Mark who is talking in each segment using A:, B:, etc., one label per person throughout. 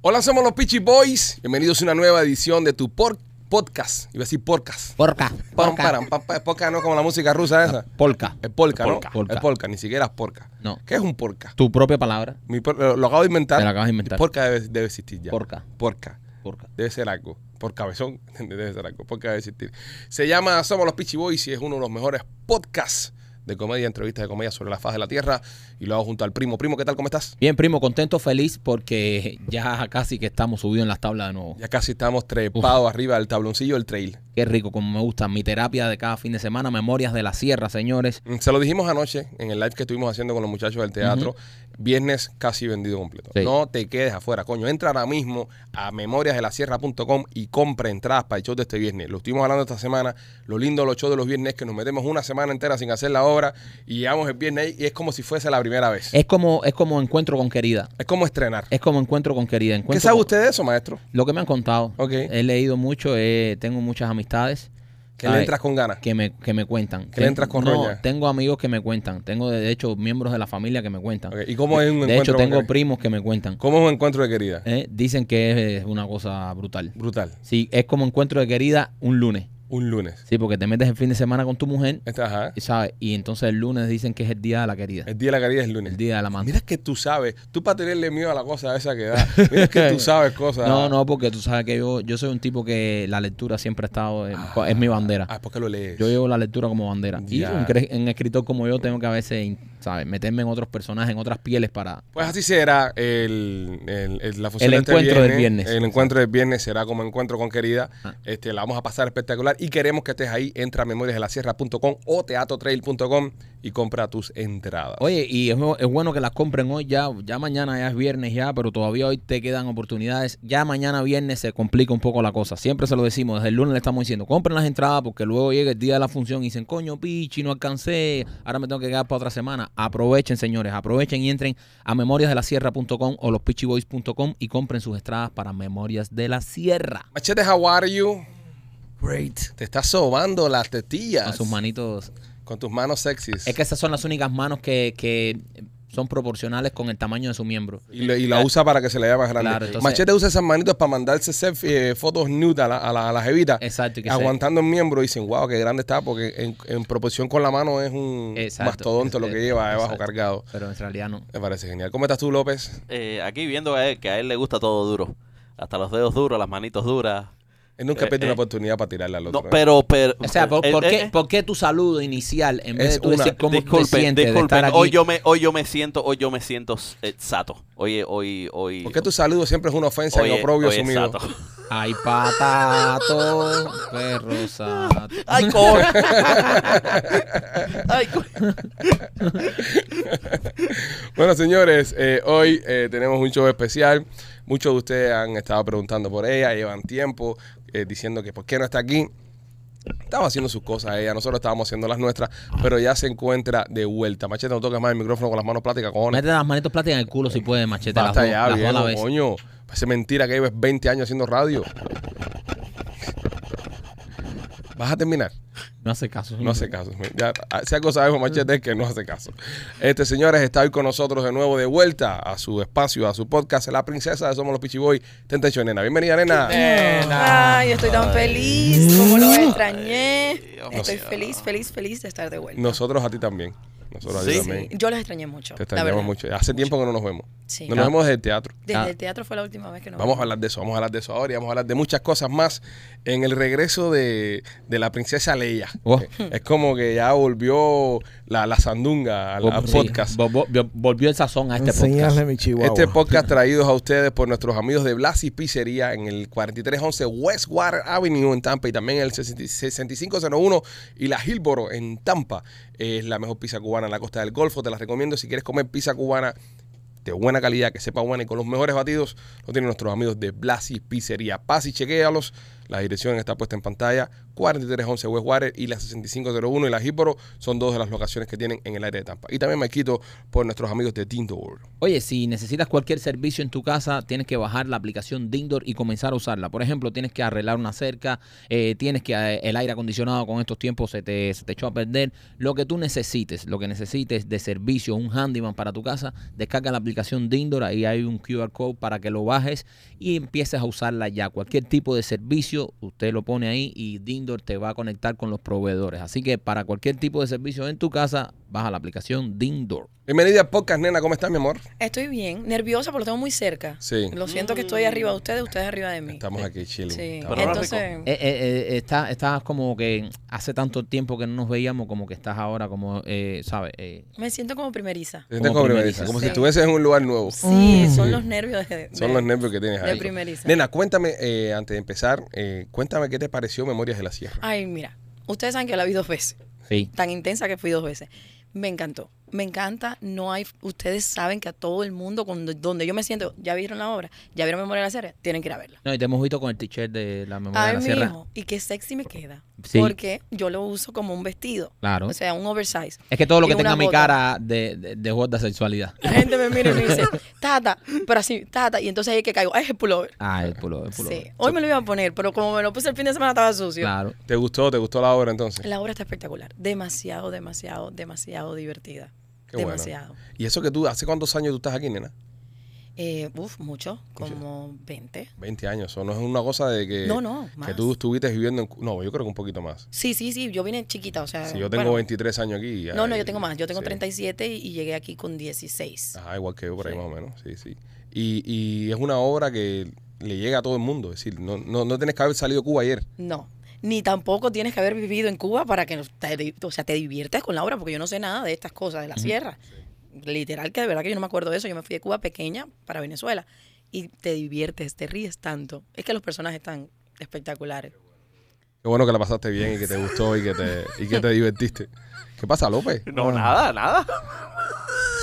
A: Hola, somos los Peachy Boys. Bienvenidos a una nueva edición de tu por- podcast. Iba a decir podcast.
B: Porca.
A: Pam,
B: porca,
A: param, pam, pam. Es Podcast no como la música rusa esa.
C: Polka.
A: Es polka, ¿no?
C: Polka. Polka.
A: Es polka, ni siquiera es porca.
C: No.
A: ¿Qué es un porca?
C: Tu propia palabra.
A: Mi por- lo, lo acabo de inventar.
C: Te lo acabas de inventar.
A: Porca debe, debe existir ya.
C: Porca.
A: Porca.
C: Porca.
A: Debe ser algo. Por cabezón, debe ser algo. Porca debe existir. Se llama Somos los Peachy Boys y es uno de los mejores podcasts de comedia, entrevistas de comedia sobre la faz de la tierra. Y lo hago junto al primo. Primo, ¿qué tal? ¿Cómo estás?
C: Bien, primo, contento, feliz porque ya casi que estamos subidos en las tablas de nuevo.
A: Ya casi estamos trepados arriba del tabloncillo del trail.
C: Qué rico, como me gusta. Mi terapia de cada fin de semana, Memorias de la Sierra, señores.
A: Mm, Se lo dijimos anoche en el live que estuvimos haciendo con los muchachos del teatro. Viernes casi vendido completo.
C: Sí.
A: No te quedes afuera, coño. Entra ahora mismo a memoriasdelasierra.com y compra entradas para el show de este viernes. Lo estuvimos hablando esta semana. Lo lindo de los shows de los viernes es que nos metemos una semana entera sin hacer la obra y llegamos el viernes ahí y es como si fuese la primera vez. Es,
C: Es como, es como encuentro con querida.
A: como estrenar.
C: Es como encuentro con querida.
A: ¿Qué
C: Encuentro
A: sabe
C: eh, con-
A: usted de eso, maestro?
C: Lo que me han contado.
A: Ok.
C: He leído mucho, eh, tengo muchas amistades.
A: Que le
C: Ay,
A: entras con ganas.
C: que me, que me cuentan.
A: Que le entras con
C: No,
A: roña.
C: tengo amigos que me cuentan. Tengo, de hecho, miembros de la familia que me cuentan.
A: Ok, ¿Y cómo es un
C: de
A: encuentro?
C: hecho,
A: con
C: tengo
A: querida?
C: primos que me cuentan.
A: ¿Cómo es un encuentro de querida?
C: Eh, Dicen que es una cosa brutal.
A: Brutal.
C: Sí, es como encuentro de querida un lunes.
A: Un lunes.
C: Sí, porque te metes el fin de semana con tu mujer,
A: Esta, ajá.
C: ¿sabes? Y entonces el lunes dicen que es el día de la querida,
A: El día de la querida es el lunes.
C: el día de la amante.
A: Mira que tú sabes, tú para tenerle miedo a la cosa esa que da, mira que tú sabes cosas.
C: No, no, porque tú sabes que yo, yo soy un tipo que la lectura siempre ha estado, en- es mi bandera.
A: Ah, porque lo lees.
C: Yo llevo la lectura como bandera.
A: Ya.
C: Y un, cre- un escritor como yo tengo que a veces, in- ¿sabes? Meterme en otros personajes, en otras pieles para...
A: Pues así será el, el- el- la función
C: El
A: de este
C: encuentro del viernes.
A: El encuentro del viernes será como encuentro con querida.
C: Ah.
A: Este, la vamos a pasar espectacular y queremos que estés ahí. Entra a memoriasdelasierra.com o teatrotrail.com y compra tus entradas.
C: Oye, y es, es bueno que las compren hoy, ya, ya mañana ya es viernes ya, pero todavía hoy te quedan oportunidades. Ya mañana viernes se complica un poco la cosa. Siempre se lo decimos, desde el lunes le estamos diciendo, compren las entradas porque luego llega el día de la función y dicen, coño, pichi, no alcancé, ahora me tengo que quedar para otra semana. Aprovechen, señores, aprovechen y entren a memoriasdelasierra.com o lospichiboys.com y compren sus entradas para Memorias de la Sierra.
A: Machete, how are you?
C: Great.
A: Te estás sobando las tetillas.
C: Con sus manitos.
A: Con tus manos sexys.
C: Es que esas son las únicas manos que, que son proporcionales con el tamaño de su miembro.
A: Y, lo- y la usa para que se le vea más grande.
C: Claro, entonces-
A: Machete usa esas manitos para mandarse selfie, eh, fotos nude a la, a la, a la jevita.
C: Exacto, y que se-
A: aguantando el miembro y dicen, wow, qué grande está, porque en, en proporción con la mano es un
C: Exacto,
A: mastodonte lo que
C: exacto,
A: lleva debajo
C: exacto.
A: cargado.
C: Pero en realidad no.
A: Me parece genial. ¿Cómo estás tú, López?
D: Eh, aquí viendo a él, que a él le gusta todo duro. Hasta los dedos duros, las manitos duras.
A: Él nunca
D: Eh,
A: pierde
D: eh.
A: una oportunidad para tirarle al
D: No,
A: otro.
D: pero, pero...
C: O sea, ¿por,
D: eh,
C: por
D: eh,
C: qué,
D: eh,
C: por qué tu saludo inicial en vez
A: Es
C: de tú
A: una-
C: decir cómo te
D: disculpen,
C: sientes de
D: disculpen.
C: estar aquí?
D: Hoy yo me, hoy yo me siento, hoy yo me siento exacto. Oye, hoy, hoy...
A: ¿eh? ¿Por qué tu saludo siempre es una ofensa
D: hoy
A: y
D: es-
A: oprobio
D: hoy es
A: sumido?
D: sato.
C: Ay, patato, perro sato.
D: Ay, coño. Ay, coño.
A: Bueno, señores, eh, hoy eh, tenemos un show especial. Muchos de ustedes han estado preguntando por ella, llevan tiempo eh, diciendo que por qué no está aquí. Estaba haciendo sus cosas ella, nosotros estábamos haciendo las nuestras, pero ya se encuentra de vuelta. Machete, no toques más el micrófono con las manos plásticas, cojones.
C: Mete las manitos plásticas en el culo si puedes, machete. Las
A: Basta
C: dos,
A: ya,
C: las dos a la
A: viejo,
C: vez.
A: coño. Parece mentira que lleves 20 años haciendo radio. Vas a terminar.
C: No hace caso.
A: No hace caso. Ya, ah, si algo sabemos, Machete, es que no hace caso. Este, señores, está hoy con nosotros de nuevo, de vuelta a su espacio, a su podcast, la princesa de Somos los Pichiboy, Tentation Nena. Bienvenida, Nena.
E: Ay, estoy tan feliz, como los extrañé.
D: Dios
E: Estoy
D: mío.
E: feliz, feliz, feliz de estar de vuelta.
A: Nosotros a ti también. Nosotros a ti
D: Sí.
A: también.
E: Yo los extrañé mucho.
A: Te
E: la
A: extrañamos
E: verdad.
A: mucho. Hace tiempo que no nos vemos.
E: Sí.
A: No nos vemos desde el teatro.
E: Desde
C: Ah.
E: el teatro fue la última vez que nos
A: Vamos a
E: vimos.
A: hablar de eso, vamos a hablar de eso ahora y vamos a hablar de muchas cosas más en el regreso de, de la princesa Leia.
C: Oh.
A: Eh, Es como que ya volvió la, la sandunga al, al
C: Oh, Sí,
A: podcast.
C: vol- vol- volvió el sazón a este podcast.
F: Enseñarle mi chihuahua.
A: Este podcast traído a ustedes por nuestros amigos de Blasi Pizzería en el 4311 West Water Avenue en Tampa y también en el 60 6501 y la Hillboro en Tampa. Es la mejor pizza cubana en la costa del Golfo. Te las recomiendo si quieres comer pizza cubana de buena calidad, que sepa buena y con los mejores batidos, lo tienen nuestros amigos de Blasi Pizzería. Paz y chequéalos La dirección está puesta en pantalla. 4311 West Water y la 6501 y la Hiporo son dos de las locaciones que tienen en el área de Tampa. Y también me quito por nuestros amigos de Tindor.
C: Oye, si necesitas cualquier servicio en tu casa, tienes que bajar la aplicación Dindor y comenzar a usarla. Por ejemplo, tienes que arreglar una cerca, eh, tienes que eh, el aire acondicionado con estos tiempos se te, se te echó a perder. Lo que tú necesites, lo que necesites de servicio, un handyman para tu casa, descarga la aplicación Dindor, ahí hay un QR code para que lo bajes y empieces a usarla ya. Cualquier tipo de servicio, usted lo pone ahí y Dindor te va a conectar con los proveedores. Así que para cualquier tipo de servicio en tu casa, baja la aplicación Dindor.
A: Bienvenida a Podcast, nena. ¿Cómo estás, mi amor?
E: Estoy bien, nerviosa porque lo tengo muy cerca.
A: Sí.
E: Lo siento que estoy arriba de ustedes, ustedes arriba de mí.
A: Estamos aquí, chile.
E: Sí.
D: Pero ahora
E: Entonces,
C: Eh, eh, eh, está, estás como que hace tanto tiempo que no nos veíamos, como que estás ahora, como, eh, ¿sabes? Eh,
E: me siento como primeriza.
A: Te sientes como, primeriza, como si
E: Sí.
A: estuvieses en un lugar nuevo.
E: Sí, son los nervios de, de-
A: Son los nervios que tienes
E: de
A: ahí.
E: primeriza.
A: Nena, cuéntame, eh, antes de empezar, eh, cuéntame qué te pareció Memorias de la Sierra.
E: Ay, mira, ustedes saben que la vi dos veces.
C: sí.
E: tan intensa que fui dos veces. Me encantó. Me encanta, no hay, ustedes saben que a todo el mundo, cuando, donde yo me siento, ya vieron la obra, ya vieron Memoria de la Sierra, tienen que ir a verla.
C: No, y te hemos visto con el t-shirt de la memoria
E: Ay,
C: de la
E: mi
C: sierra.
E: hijo, y qué sexy me queda.
C: Sí.
E: Porque yo lo uso como un vestido.
C: Claro.
E: O sea, un oversize.
C: Es que todo lo
E: Y
C: que
E: una
C: tenga mi
E: bota.
C: cara de, de, de gorda sexualidad.
E: La gente me mira y me dice, tata, pero así, tata. Y entonces ahí es que caigo, ay, es el pullover.
C: Ah, el pulo, el pulo.
E: Sí. Hoy me lo iba a poner, pero como me lo puse el fin de semana estaba sucio.
C: Claro.
A: ¿Te gustó? ¿Te gustó la obra entonces?
E: La obra está espectacular. Demasiado, demasiado, demasiado divertida.
A: Qué bueno.
E: demasiado.
A: ¿Y eso que tú, hace cuántos años tú estás aquí, nena?
E: Eh, uf, mucho, como 20.
A: 20 años, o no es una cosa de que,
E: No, no,
A: Eh, que
E: más.
A: tú estuviste viviendo en... Cu- No, yo creo que un poquito más.
E: Sí, sí, sí, yo vine chiquita, o sea.
A: Si yo tengo
E: Eh, bueno,
A: 23 años aquí... ya-
E: No, no, yo tengo más, yo tengo
A: sí. Ah.
E: 37 y, y llegué aquí con 16.
A: Ajá, igual que yo por ahí
E: Sí.
A: más o menos, sí, sí. Y, y es una obra que le llega a todo el mundo, es decir, no, no, no tienes que haber salido de Cuba ayer.
E: No, ni tampoco tienes que haber vivido en Cuba para que te, di- o sea, te diviertas con la obra, porque yo no sé nada de estas cosas, de la sierra. Literal, que de verdad que yo no me acuerdo de eso. Yo me fui de Cuba pequeña para Venezuela y te diviertes, te ríes tanto. Es que los personajes están espectaculares.
A: Qué bueno que la pasaste bien y que te gustó y que te, y que te divertiste. ¿Qué pasa, López?
D: No, nada, nada.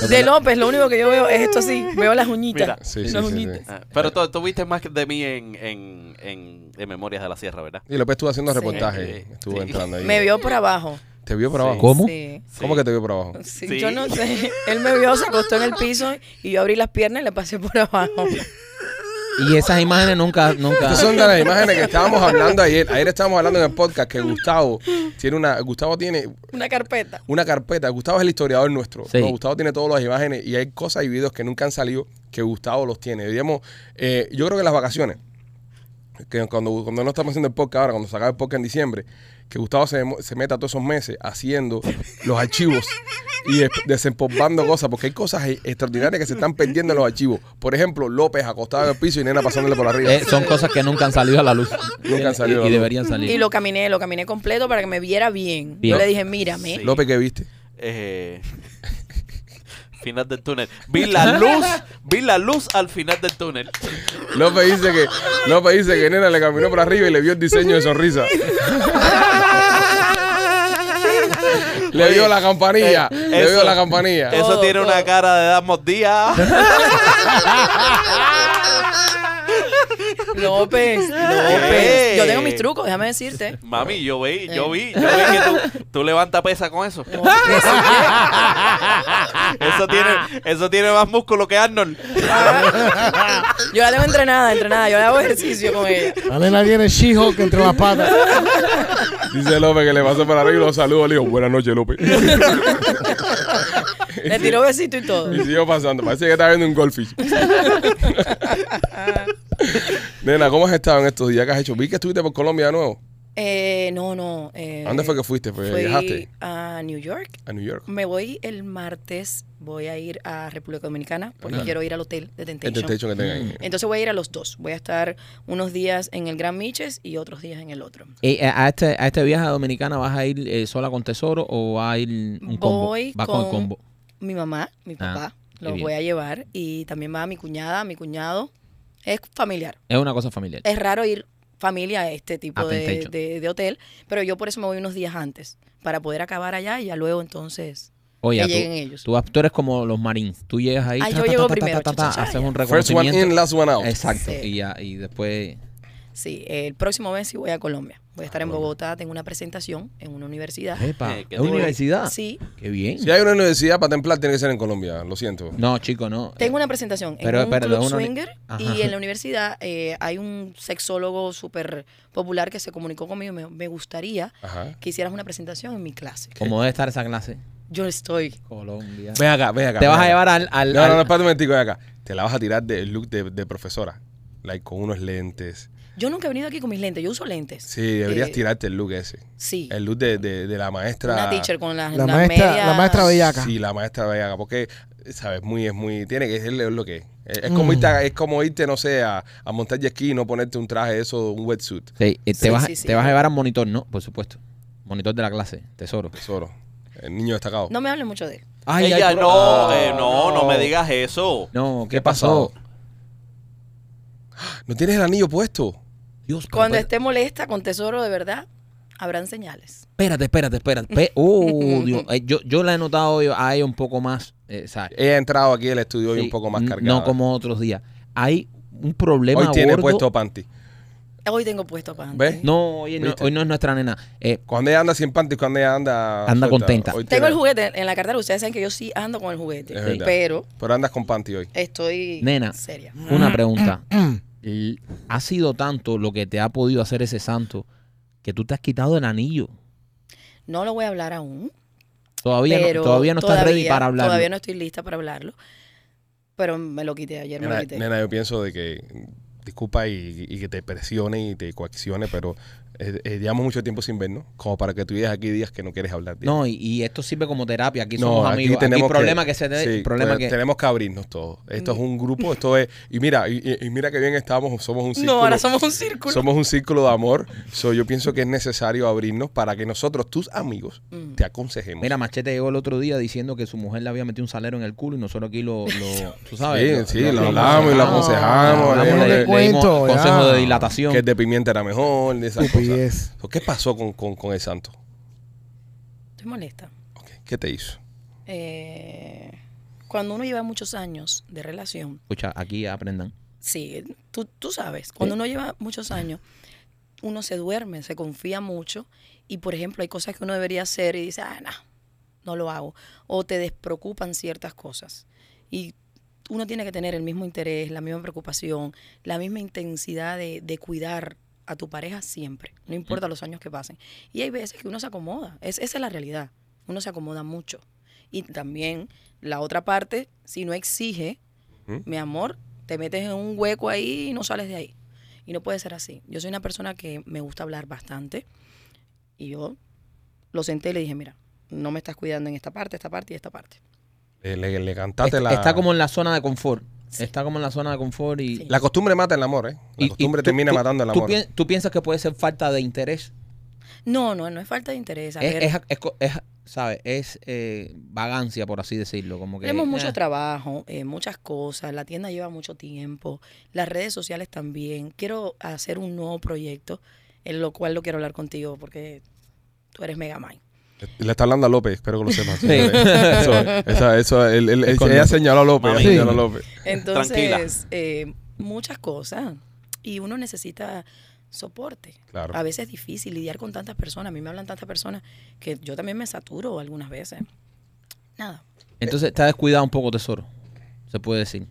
E: De López, lo único que yo veo es esto sí, veo las uñitas.
D: Mira.
A: Sí, sí,
E: las
A: sí, sí.
E: uñitas.
D: Ah, Pero tú, tú viste más de mí en, en, en, en Memorias de la Sierra, ¿verdad?
A: Y López estuvo haciendo
E: Sí.
A: reportaje,
D: Sí.
A: estuvo
D: Sí.
A: entrando ahí.
E: Me vio por abajo.
A: ¿Te vio por
D: Sí.
A: abajo?
C: ¿Cómo?
E: Sí.
A: ¿Cómo que te vio por abajo?
E: Sí,
D: Sí.
E: Yo no sé. Él me vio, se acostó en el piso y yo abrí las piernas y le pasé por abajo.
C: Y esas imágenes nunca, nunca.
A: Estas son de las imágenes que estábamos hablando ayer. Ayer estábamos hablando en el podcast que Gustavo tiene una. Gustavo tiene
E: Una carpeta.
A: una carpeta. Gustavo es el historiador nuestro.
C: Sí.
A: No, Gustavo tiene todas las imágenes y hay cosas y videos que nunca han salido que Gustavo los tiene. Digamos, eh, yo creo que las vacaciones, que cuando, cuando no estamos haciendo el podcast ahora, cuando se acaba el podcast en diciembre, que Gustavo se, mo- se meta todos esos meses haciendo los archivos y des- desempolvando cosas, porque hay cosas e- extraordinarias que se están perdiendo en los archivos. Por ejemplo, López acostado en el piso y nena pasándole por arriba.
C: Eh, son cosas que nunca han salido a la luz.
A: Nunca han salido a la
C: Y, y
A: luz.
C: deberían salir.
E: Y lo caminé, lo caminé completo para que me viera bien.
C: Bien.
E: Yo le dije, mírame.
D: Sí.
A: López, ¿qué viste?
D: Eh, final del túnel. Vi la luz, vi la luz al final del túnel.
A: López dice que López dice que nena le caminó por arriba y le vio el diseño de sonrisa. le vio la campanilla,
D: Eh,
A: le vio
D: eso-
A: la campanilla.
D: Eso
E: Todo,
D: tiene una
E: todo.
D: cara de Damos Díaz.
E: López, López. Yo tengo mis trucos, déjame decirte.
D: Mami, yo vi, yo vi, yo vi que tú, tú levantas pesa con eso. Eso tiene, eso tiene más músculo que Arnold.
E: Yo la tengo entrenada, entrenada. Yo le hago ejercicio con ella.
B: La nena tiene She-Hulk entre las patas.
A: Dice López que le pasó por arriba y lo saludo. Le dijo, buenas noches, López.
E: Le tiró besito y todo.
A: Y siguió pasando. Parece que está viendo un goldfish. nena, ¿cómo has estado en estos días que has hecho? Vi que estuviste por Colombia de nuevo.
E: Eh, no, no. eh,
A: ¿A dónde fue que fuiste? Pues,
E: fui
A: ¿Viajaste
E: a New York.
A: a New York?
E: Me voy el martes. Voy a ir a República Dominicana porque
A: Ajá.
E: quiero ir al hotel de
A: El
E: Temptation.
A: temptation Este que tengan ahí.
E: Entonces voy a ir a los dos. Voy a estar unos días en el Gran Miches y otros días en el otro.
C: Y, eh, a, este, a este viaje a Dominicana vas a ir eh, sola con Tesoro o va a ir un combo?
E: Voy
C: va con,
E: con-
C: combo.
E: Mi mamá, mi
C: Ah,
E: papá,
C: qué
E: los
C: bien.
E: voy a llevar y también va mi cuñada, mi cuñado. Es familiar.
C: Es una cosa familiar.
E: Es raro ir familia a este tipo
C: A
E: de,
C: Temptation.
E: de- de hotel, pero yo por eso me voy unos días antes para poder acabar allá y ya luego entonces
C: Oye,
E: que
C: tú-
E: lleguen ellos.
C: Tú, vas- tú eres como los marines. Tú llegas ahí,
E: Ah, yo llego primero, cha, cha, cha,
C: haces
E: ya.
C: un
A: First one
C: reconocimiento.
A: in, last one out.
C: Exacto.
E: Sí.
C: Y, ya, y después.
E: Sí, el próximo mes sí voy a Colombia. Voy a estar en Bogotá, tengo una presentación en una universidad.
C: Epa,
D: Eh, que
C: ¿Es
D: voy-
C: universidad?
E: Sí,
C: Qué bien.
A: Si hay una universidad para templar, tiene que ser en Colombia, lo siento.
C: No, chico, no. eh,
E: tengo una presentación
C: Pero,
E: en un
C: pero,
E: club
C: de una uni-
E: swinger
C: Ajá.
E: y en la universidad eh, hay un sexólogo súper popular que se comunicó conmigo. Me, me gustaría
A: Ajá.
E: que hicieras una presentación en mi clase.
C: ¿Cómo debe estar esa clase?
E: Yo estoy.
C: Colombia.
A: Ven acá, ven acá.
C: Te
A: ven
C: vas a
A: acá.
C: llevar al... al-
A: No,
C: al-
A: no, no, espérate un momentico, ven acá. Te la vas a tirar del look de, de profesora. Like, con unos lentes.
E: Yo nunca he venido aquí con mis lentes, yo uso lentes.
A: Sí, deberías
E: Eh,
A: tirarte el look ese.
E: Sí.
A: El look de, de- de la maestra.
E: Una teacher con las,
B: La
E: las
B: maestra,
E: medias-
B: la maestra bellaca.
A: Sí, la maestra Bellaga, porque, sabes, muy, es muy, tiene que ser lo que es. Es,
C: Mm.
A: es como, irte, a- es como irte, no sé, a, a montar jet ski y no ponerte un traje de eso, un wetsuit.
C: Sí, eh, te,
E: Sí,
C: vas,
E: sí, sí.
C: te vas a llevar al monitor, ¿no? Por supuesto. Monitor de la clase, tesoro.
A: Tesoro. El niño destacado.
E: No me hablen mucho de él.
D: Ella,
C: bro.
D: no, eh, no, no me digas eso.
C: No, ¿qué,
A: ¿Qué
C: pasó?
A: pasó? ¿No tienes el anillo puesto?
C: Dios, pero
E: Cuando
C: espérate,
E: esté molesta con tesoro de verdad, habrán señales.
C: espérate, espérate, espérate. Pe- Oh, Dios. Eh, yo, yo la he notado yo- a ella un poco más, eh, ¿sabes?
A: Ella ha entrado aquí al estudio hoy
C: Sí,
A: un poco más
C: n-
A: cargada.
C: No como otros días. Hay un problema
A: Hoy tiene
C: gordo.
A: puesto panty.
E: Hoy tengo puesto cuando.
A: ¿Ves?
C: No, oye, no,
A: ¿Viste?
C: hoy no es nuestra nena. Eh,
A: Cuando ella anda sin panty, cuando ella anda...
C: Anda contenta.
A: Hoy
E: Tengo
A: tiene-
E: el juguete en la cartera. Ustedes saben que yo sí ando con el juguete.
A: Es verdad.
E: Pero
A: Pero andas con panty hoy.
E: estoy
C: Nena.
E: seria.
C: una pregunta.
B: Mm,
C: L- ¿Ha sido tanto lo que te ha podido hacer ese santo que tú te has quitado el anillo?
E: No lo voy a hablar aún.
C: Todavía,
E: pero
C: no, todavía no estás ready para hablar.
E: Todavía no estoy lista para hablarlo. Pero me lo quité ayer, me
A: Nena,
E: lo quité.
A: nena, yo pienso de que, disculpa y, y que te presione y te coaccione, pero eh, eh, llevamos mucho tiempo sin vernos, como para que tú llegues aquí y digas que no quieres hablar. de
C: No, y, y esto sirve como terapia. Aquí
A: No,
C: somos amigos. Aquí
A: tenemos
C: problema que, se dé,
A: sí,
C: problema
A: te-
C: que.
A: tenemos que abrirnos todos. Esto es un grupo, esto es y mira, y, y- y mira que bien estamos, somos un círculo.
E: No, ahora somos un círculo.
A: Somos un círculo de amor. So, yo pienso que es necesario abrirnos para que nosotros, tus amigos,
E: Mm.
A: te aconsejemos.
C: Mira, Machete llegó el otro día diciendo que su mujer le había metido un salero en el culo y nosotros aquí lo. lo- tú sabes.
A: Sí, sí, lo hablamos y lo aconsejamos,
C: hablamos,
A: eh, le
C: le- le dimos
B: cuento, ya.
C: consejo de dilatación.
A: que el de pimienta era mejor, de esas cosas.
B: Estupidez.
A: So, ¿Qué pasó con, con- con el santo?
E: Estoy molesta.
A: Ok, ¿Qué te hizo?
E: Eh, cuando uno lleva muchos años de relación,
C: Escucha, aquí aprendan.
E: Sí, tú, tú sabes, cuando uno lleva muchos años, uno se duerme, se confía mucho y, por ejemplo, hay cosas que uno debería hacer y dice, ah, no, no lo hago. O te despreocupan ciertas cosas. Y uno tiene que tener el mismo interés, la misma preocupación, la misma intensidad de, de cuidar a tu pareja siempre, no importa los años que pasen. Y hay veces que uno se acomoda, es, esa es la realidad, uno se acomoda mucho. Y también la otra parte, si no exige,
A: Ujú.
E: mi amor, te metes en un hueco ahí y no sales de ahí. Y no puede ser así. Yo soy una persona que me gusta hablar bastante. Y yo lo senté y le dije, mira, no me estás cuidando en esta parte, esta parte y esta parte.
A: Le, le- le cantaste
C: Está,
A: la.
C: está como en la zona de confort.
E: Sí.
C: Está como en la zona de confort y.
E: Sí.
A: La costumbre mata el amor, ¿eh? La
C: y- y
A: costumbre
C: tú-
A: termina
C: tú-
A: matando el
C: tú
A: amor.
C: pien- ¿Tú piensas que puede ser falta de interés?
E: No, no, no es falta de interés. A
C: Es,
E: ver,
C: es, es co- es, ¿sabes? Es eh, vagancia, por así decirlo. Como que,
E: tenemos mucho
C: eh.
E: trabajo, eh, muchas cosas. La tienda lleva mucho tiempo. Las redes sociales también. Quiero hacer un nuevo proyecto, en lo cual lo quiero hablar contigo porque tú eres mega mind.
A: Le está hablando a López, espero que lo sepas.
C: Sí.
A: eso, esa- eso, él- él-
C: Es con
A: ella
C: López.
A: señaló a López. ella
D: Mami.
A: señaló a López.
E: Entonces, eh, muchas cosas. Y uno necesita soporte.
A: Claro.
E: A veces es difícil lidiar con tantas personas. A mí me hablan tantas personas que yo también me saturo algunas veces. Nada.
C: Entonces, está descuidado un poco, tesoro. Se puede decir.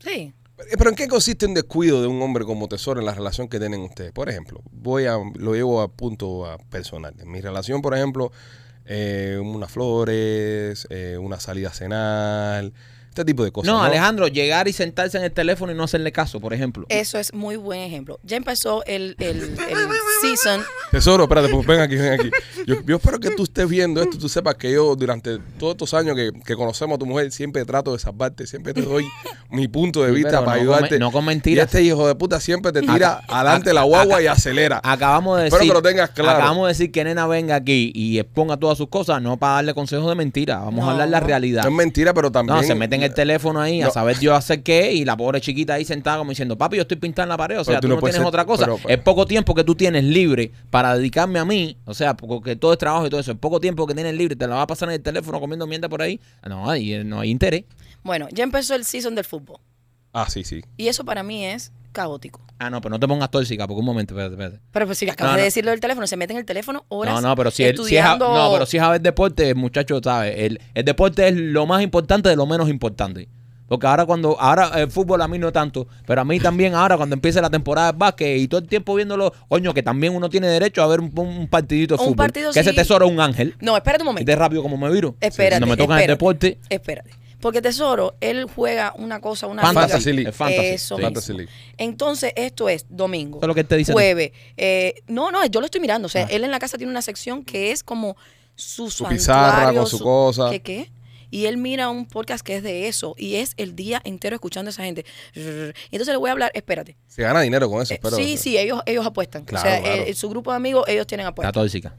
E: Sí.
A: Eh, Pero ¿en qué consiste un descuido de un hombre como tesoro en la relación que tienen ustedes? Por ejemplo, voy a, lo llevo a punto a personal. En mi relación, por ejemplo, eh, unas flores, eh, una salida a cenar, este tipo de cosas.
C: no, Alejandro, llegar y sentarse en el teléfono y no hacerle caso, por ejemplo.
E: Eso es muy buen ejemplo. Ya empezó el, el, el season.
A: Tesoro, espérate, pues ven aquí, ven aquí. Yo, yo espero que tú estés viendo esto, tú sepas que yo durante todos estos años que, que conocemos a tu mujer siempre trato de salvarte, siempre te doy mi punto de
C: Sí,
A: vista
C: pero
A: para
C: no con me-
A: ayudarte.
C: no con mentiras.
A: Y este hijo de puta siempre te tira adelante la guagua y acelera.
C: Acabamos de decir.
A: Espero que lo tengas claro.
C: Acabamos de decir que nena venga aquí y exponga todas sus cosas, no para darle consejos de mentira. Vamos a
E: No.
C: hablar la realidad.
A: No es mentira, pero también.
C: No, se mete en el teléfono ahí a
A: No.
C: saber Dios hacer qué y la pobre chiquita ahí sentada como diciendo, papi, yo estoy pintando la pared, o sea,
A: Pero
C: tú,
A: tú no
C: no
A: puedes
C: tienes
A: ser-
C: otra cosa.
A: pero- pues.
C: el poco tiempo que tú tienes libre para dedicarme a mí, o sea, porque todo es trabajo y todo eso, el poco tiempo que tienes libre te la vas a pasar en el teléfono comiendo mierda por ahí. Ah, No, ahí eh, no hay interés.
E: Bueno, ya empezó el season del fútbol.
A: Ah, sí, sí.
E: Y eso para mí es caótico.
C: Ah, no, pero no te pongas tóxica, porque un momento, espérate, espérate.
E: Pero pues si acabas
C: No,
E: de
C: no.
E: decirlo del teléfono, se mete en el teléfono horas
C: No, no, pero si es, si es a-
E: estudiando.
C: no, pero si es a ver deporte, muchacho, ¿sabes? El, el deporte es lo más importante de lo menos importante. Porque ahora cuando, ahora el fútbol a mí no tanto, pero a mí también ahora cuando empiece la temporada de básquet y todo el tiempo viéndolo, coño, que también uno tiene derecho a ver un, un partidito de
E: Un
C: fútbol.
E: partido,
C: que ese
E: sí.
C: tesoro es un ángel.
E: No, espérate un
C: Y
E: momento.
C: de rápido como me viro.
E: Espérate.
C: Cuando me tocan el
E: espérate,
C: deporte,
E: Espérate. Porque Tesoro, él juega una cosa, una
A: Fantasy
E: liga.
A: League.
C: Es fantasy,
E: Eso
C: sí.
E: mismo.
A: Fantasy League.
E: Entonces, esto es domingo.
C: Eso es lo que él te dice a ti. Ah.
E: Jueves. eh, no, no, yo lo estoy mirando. O sea, él en la casa tiene una sección que es como su,
A: Su pizarra
E: santuario,
A: con su cosa.
E: ¿Qué qué? Y él mira un podcast que es de eso. Y es el día entero escuchando a esa gente. Y entonces le voy a hablar, espérate.
A: Se gana dinero con eso,
E: Eh,
A: espero.
E: sí, sí, ellos, ellos apuestan.
A: Claro,
E: o sea,
A: claro.
E: eh, su grupo de amigos, ellos tienen
C: está
E: apuestas.
C: tóxica.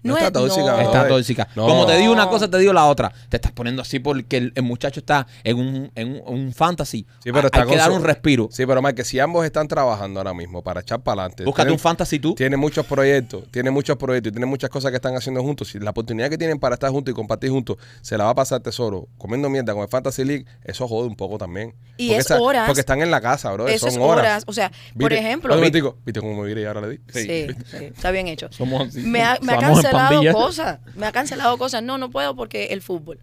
A: No está tóxica,
E: no.
A: Ay,
C: Está tóxica.
A: Ah, no.
C: Como te digo una
E: No.
C: cosa, te digo la otra. Te estás poniendo así porque el, el muchacho está en un, en un, un fantasy.
A: Sí, pero
C: Ha-
A: está
C: Hay que
A: con
C: dar
A: su-
C: un respiro.
A: Sí, pero Mike, que si ambos están trabajando ahora mismo para echar para adelante.
C: Búscate
A: tienen-
C: un fantasy tú.
A: Tiene muchos proyectos, tiene muchos proyectos y tiene muchas cosas que están haciendo juntos. Si la oportunidad que tienen para estar juntos y compartir juntos se la va a pasar tesoro comiendo mierda con el Fantasy League, eso jode un poco también.
E: Y
A: Porque
E: es horas.
A: Porque están en la casa, bro.
E: Eso
A: Son
E: es
A: horas.
E: horas. O sea, por
A: ¿Viste?
E: ejemplo.
A: Un momentico. ¿Viste cómo me viré y ahora le di?
E: Sí, sí, está bien hecho.
C: Somos así.
E: Me ha, me ha
C: Somos en
E: cancelado
C: pandilla.
E: cosas. Me ha cancelado cosas. No, no puedo porque el fútbol.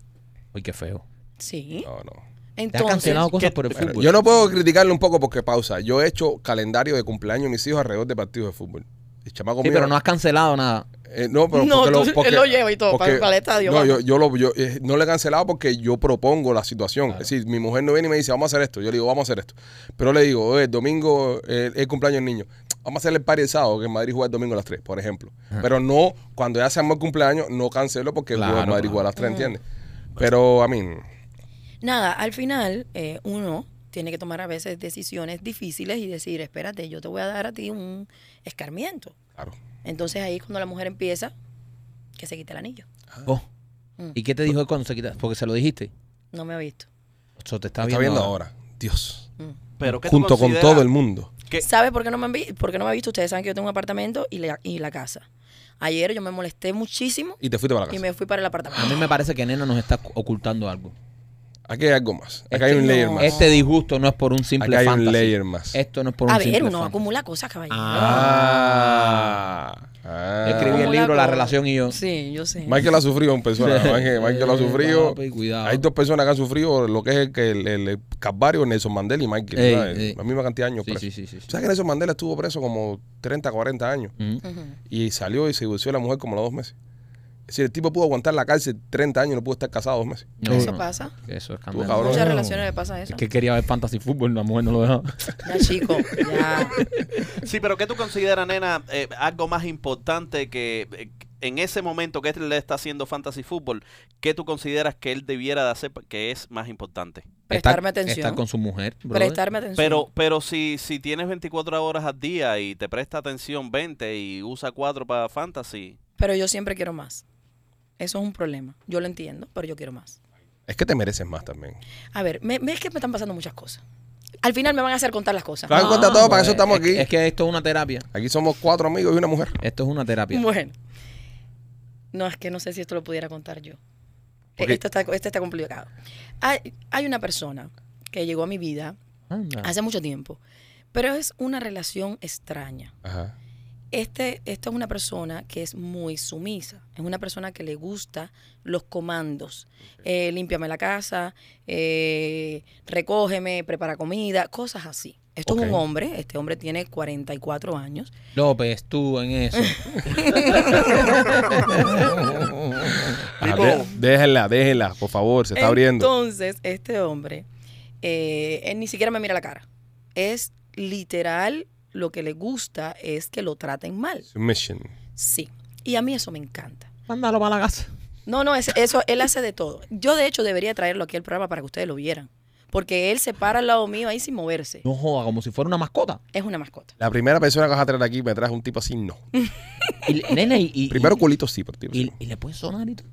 C: Uy, qué feo.
E: Sí.
A: No, no.
C: Te has
E: Entonces,
C: cancelado cosas
D: ¿qué-
C: por el
A: Bueno,
C: fútbol.
A: yo no puedo criticarle un poco porque pausa. Yo he hecho calendario de cumpleaños de mis hijos alrededor de partidos de fútbol. El chamaco
C: Sí,
A: mío-
C: pero no has cancelado nada.
A: Eh, no, pero
E: No,
A: porque
E: tú-
A: lo,
E: él
A: porque-
E: lo lleva y todo,
A: porque-
E: para- para el estadio,
A: No, yo,
E: vamos.
A: yo lo, yo, eh, no le he cancelado porque yo propongo la situación. Es decir, mi mujer no viene y me dice, vamos a hacer esto. Yo le digo, vamos a hacer esto. Pero le digo, "Oye, el domingo eh, es el cumpleaños del niño. Vamos a hacerle el party el sábado, que en Madrid juega el domingo a las 3, por ejemplo. Pero no, cuando ya se armó el cumpleaños, no cancelo porque juega
C: Claro,
A: en Madrid
C: claro.
A: juega a las 3, ¿entiendes?
E: Mm.
A: Pero, a mí,
E: nada, al final, eh, uno tiene que tomar a veces decisiones difíciles y decir, espérate, yo te voy a dar a ti un escarmiento.
A: claro.
E: Entonces ahí es cuando la mujer empieza que se quita el anillo.
A: Ah.
C: Oh.
E: Mm.
C: ¿Y qué te dijo él cuando se quitaste? Porque se lo dijiste.
E: No me ha visto.
C: Eso te está,
A: Está
C: viendo,
A: viendo
C: ahora.
A: ahora. Dios.
D: Pero ¿qué tú
A: Junto con
D: consideras-
A: todo el mundo.
D: ¿Qué-
E: ¿Sabe por qué no me han vi- por qué no me ha visto? Ustedes saben que yo tengo un apartamento y la, y la casa. Ayer yo me molesté muchísimo
A: Y te fuiste para la
E: y
A: casa.
E: me fui para el apartamento.
C: A mí me parece que Nena nos está ocultando algo.
A: Aquí hay algo más. Aquí
C: Este
A: hay un
E: no.
A: layer más.
C: Este disgusto no es por un
A: Aquí
C: simple
A: hay
C: fantasy.
A: un layer más.
C: Esto no es por un
E: A
C: simple Ah,
E: ver, uno
C: fantasy.
E: acumula cosas, caballero.
A: Ah.
C: Yo
A: Ah.
C: Escribí el
E: Acumula
C: libro La
E: cosas.
C: relación y yo.
E: Sí, yo sé.
A: Michael ha sufrido un personaje. Michael, Michael ha
C: Eh,
A: sufrido.
C: papi, cuidado.
A: Hay dos personas que han sufrido lo que es el, que el, el, el Calvario, Nelson Mandela y Michael.
C: Ey,
A: ¿sabes?
C: ey.
A: La misma cantidad de años
C: Sí,
A: preso.
C: sí, sí, sí, sí.
A: ¿Sabes que Nelson Mandela estuvo preso como 30, 40 años?
C: Mm.
E: Ujú.
A: Y salió y se divorció de la mujer como a los dos meses. Es decir, el tipo pudo aguantar la cárcel 30 años y no pudo estar casado dos meses.
C: No,
E: Eso
C: no.
E: pasa.
C: Eso es
A: Tú,
C: escandaloso.
A: cabrón.
E: Muchas
A: no.
E: relaciones le pasa eso.
C: Es que quería ver fantasy fútbol, la mujer no lo dejaba.
E: Ya, chico, ya.
D: Sí, pero ¿qué tú consideras, nena, eh, algo más importante que eh, en ese momento que él le está haciendo fantasy fútbol, ¿qué tú consideras que él debiera de hacer que es más importante?
E: Prestarme
C: Estar-
E: atención.
C: Estar con su mujer. brother.
E: Prestarme atención.
D: Pero pero si si tienes 24 horas al día y te presta atención 20 y usa 4 para fantasy,
E: Pero yo siempre quiero más. Eso es un problema. Yo lo entiendo, pero yo quiero más.
A: Es que te mereces más también.
E: A ver, me, me- es que me están pasando muchas cosas. Al final me van a hacer contar las cosas. Ah,
A: Claro. Hagan cuenta todo, para eso estamos
C: Pues, es que-
A: aquí.
C: Es que esto es una terapia.
A: Aquí somos cuatro amigos y una mujer.
C: Esto es una terapia.
E: Bueno. No, es que no sé si esto lo pudiera contar yo.
A: Ok.
E: Esto, está, esto está complicado. Hay, hay una persona que llegó a mi vida
C: Anda.
E: hace mucho tiempo, pero es una relación extraña.
A: Ajá.
E: Este, esta es una persona que es muy sumisa. Es una persona que le gusta los comandos. Eh, límpiame la casa, eh, recógeme, prepara comida, cosas así. Esto es un
A: Ok.
E: hombre. Este hombre tiene 44 años.
C: López, tú en eso.
A: Ajá, de- déjenla, déjenla, por favor, se está abriendo.
E: Entonces, este hombre, eh, él ni siquiera me mira la cara. Es literal, lo que le gusta es que lo traten mal.
A: Submission.
E: Sí. Y a mí eso me encanta.
C: Mándalo para la casa.
E: No, no, es- eso, él hace de todo. Yo, de hecho, debería traerlo aquí al programa para que ustedes lo vieran. Porque él se para al lado mío ahí sin moverse.
C: No joda, como si fuera una mascota.
E: Es una mascota.
A: La primera persona que vas a traer aquí me traes un tipo así, no.
C: Y, nena, y, y-
A: Primero
C: y-
A: culito sí, pero tipo
C: y,
A: sí.
C: y le puedes sonar y todo.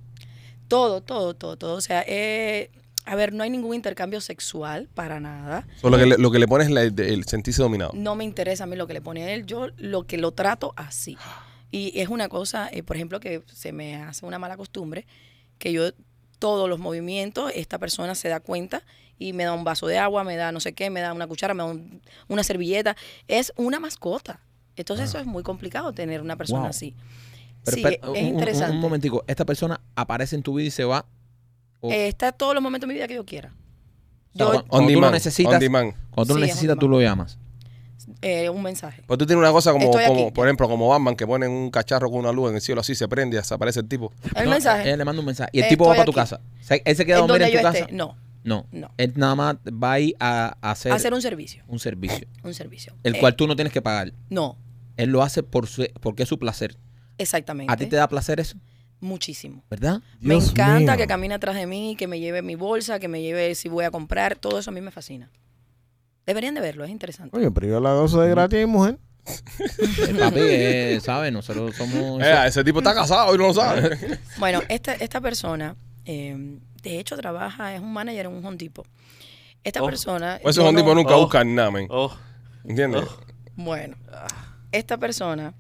E: Todo, todo, todo, todo. O sea, eh, a ver, no hay ningún intercambio sexual para nada.
A: Solo que le- lo que le pones es la- el, el sentirse dominado.
E: No me interesa a mí lo que le pone a él. Yo lo que lo trato así. Y es una cosa, eh, por ejemplo, que se me hace una mala costumbre, que yo todos los movimientos, esta persona se da cuenta y me da un vaso de agua, me da no sé qué, me da una cuchara, me da un- una servilleta. Es una mascota. Entonces eso es muy complicado tener una persona
C: Ah. Wow.
E: así.
C: Pero
E: sí,
C: espera,
E: es
C: un- un-
E: interesante.
C: Un, momentico, esta persona aparece en tu vida y se va. o-
E: Eh, está todos los momentos de mi vida que yo quiera.
C: o sea,
E: yo-
C: cu- cuando tú lo
A: demand,
C: necesitas,
A: on demand.
C: cuando tú lo
E: Sí, es on
C: necesitas, tú
E: demand.
C: lo llamas.
E: Eh, un mensaje.
A: Pues tú tienes una cosa como,
E: Estoy aquí.
A: como por ejemplo, como Batman, que ponen un cacharro con una luz en el cielo así, se prende y desaparece el tipo.
E: El
C: No,
E: mensaje.
C: Él le manda un mensaje. Y el
E: Eh,
C: tipo va
E: estoy
C: para tu
E: aquí.
C: casa. O sea, él se queda a
E: en
C: dormir
E: donde
C: en tu
E: yo
C: casa.
E: esté. No.
C: No.
E: No.
C: Él nada más va ahí a, a hacer,
E: Hacer un servicio.
C: un servicio.
E: Un servicio.
C: El
E: Eh,
C: cual tú no tienes que pagar.
E: No.
C: Él lo hace por su, porque es su placer.
E: Exactamente.
C: A ti te da placer eso,
E: Muchísimo.
C: ¿verdad?
E: Me
B: Dios
E: encanta
B: mío.
E: que camine atrás de mí, que me lleve mi bolsa, que me lleve si voy a comprar. Todo eso a mí me fascina. Deberían de verlo, es interesante.
B: Oye, pero yo la gozo de gratis, mujer.
C: Eh, papi, eh, ¿sabes? Nosotros somos...
A: Eh, ese tipo está casado y no lo sabe.
E: Bueno, esta, esta persona, eh, de hecho, trabaja, es un manager en un hondipo. Esta
D: Oh.
E: persona.
A: Pues
E: yo
A: esos tipo
E: no-
A: nunca
D: Oh.
A: buscan nada, men.
D: Oh,
A: ¿Entiendes?
D: Oh.
E: Bueno, esta persona,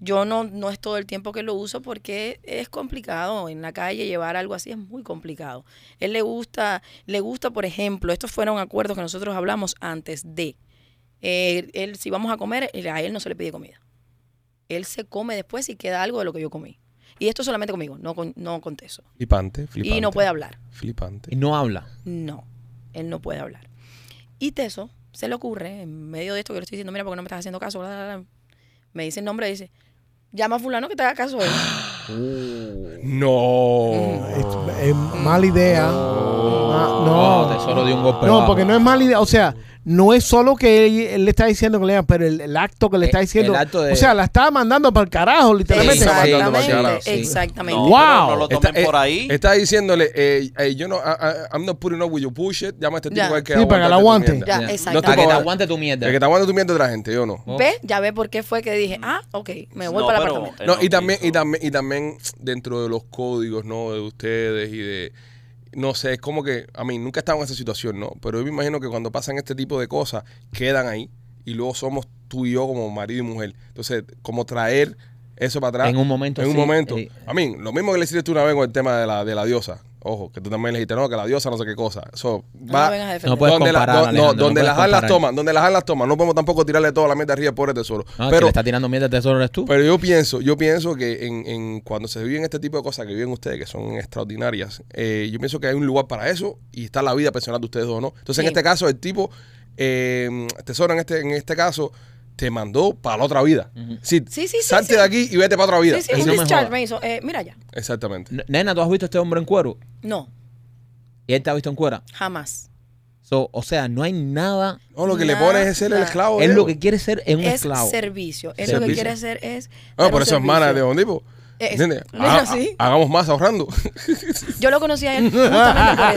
E: yo no, no es todo el tiempo que lo uso porque es complicado en la calle llevar algo así, es muy complicado. Él le gusta, le gusta, por ejemplo, estos fueron acuerdos que nosotros hablamos antes de. eh, él, si vamos a comer, a él no se le pide comida. Él se come después si queda algo de lo que yo comí. Y esto solamente conmigo, no con, no con Teso.
A: Flipante, flipante.
E: Y no puede hablar.
C: Y
A: Flipante.
C: no habla.
E: No, él no puede hablar. Y Teso se le ocurre, en medio de esto que yo le estoy diciendo, mira, porque no me estás haciendo caso, bla, bla, bla. me dice el nombre, dice, llama a fulano que te haga caso a él.
A: No.
B: Es, es mala idea. Ah,
C: Oh,
B: no.
C: tesoro de un golpe
B: No,
C: bajo.
B: porque no es mala idea. O sea, no es solo que él, él le está diciendo que le hagan, pero el, el acto que le está
C: El-
B: diciendo.
C: Eh, el acto de-
B: O sea, la está mandando para el carajo, literalmente.
A: Está mandando
E: Exactamente,
A: bacalao,
C: sí.
E: exactamente.
D: no,
B: Wow.
D: pero No lo tomen
A: eh,
D: por ahí.
A: está diciéndole, eh, eh, yo no, I- I- I'm not putting up with your bullshit. Llama a este tipo
E: Ya.
A: que hay que
B: Sí, para que la
A: aguantarte tu mierda.
B: aguante.
E: Ya,
C: Ya.
A: No
E: exactamente.
A: te
C: Para que te
A: pongas-
C: aguante tu mierda.
A: El que te aguante tu mierda de la gente, yo no.
E: ¿Ves? Ya ve por qué fue que dije, ah, ok, me voy
D: No,
E: para el
D: pero-
E: apartamento.
D: Eh,
A: No,
D: no,
A: y también, y
D: eso-
A: también, y también dentro de los códigos, ¿no? De ustedes y de. No sé, es como que. A mí nunca he estado en esa situación, ¿no? Pero yo me imagino que cuando pasan este tipo de cosas, quedan ahí y luego somos tú y yo como marido y mujer. Entonces, como traer eso para atrás.
C: En un momento,
A: En un
C: sí,
A: momento.
C: eh.
A: A mí, lo mismo que le hiciste tú una vez con el tema de la, de la diosa. Ojo, que tú también le dijiste, no, que la diosa no sé qué cosa. Eso
E: No
A: va.
E: me vengas a defender.
C: No puedes
A: donde la-
C: comparar,
A: do- no,
C: Alejandro, no
A: donde
C: puedes
A: las alas
C: comparar.
A: toman, donde las alas toman. No podemos tampoco tirarle toda la mierda arriba al pobre tesoro.
C: No, el que
A: pero
C: le está tirando mierda al tesoro eres tú.
A: pero yo pienso, yo pienso que en, en cuando se viven este tipo de cosas que viven ustedes, que son extraordinarias, eh, yo pienso que hay un lugar para eso y está la vida personal de ustedes dos, ¿no? Entonces, en
E: Sí.
A: este caso, el tipo, eh, Tesoro, en este, en este caso, te mandó para la otra vida. Sí,
E: Sí, sí, sí,
A: Salte
E: sí.
A: de aquí y vete para otra vida.
E: Sí, sí,
C: Y
E: un
C: no me
E: discharge
C: jodas.
E: me hizo, eh, mira ya.
A: Exactamente.
C: N- Nena, ¿tú has visto a este hombre en cuero?
E: No,
C: Y él te ha visto en cuera.
E: jamás.
C: So, o sea, no hay nada.
A: No, lo que le
E: Nada,
A: pone es ser el
E: nada.
A: esclavo.
C: Él
A: de
C: lo
A: él.
C: que quiere ser es un
E: es
C: esclavo.
E: servicio. Él lo
A: Servicio.
E: que quiere hacer es.
A: Ah,
E: dar
A: por
E: un
A: eso es mana de
E: servicio.
A: Don Dipo.
E: Es-
A: ¿Entiendes? Ah,
E: mira,
A: Ha-
E: Eh, sí.
A: ha- hagamos más ahorrando.
E: Yo lo conocí a él justamente por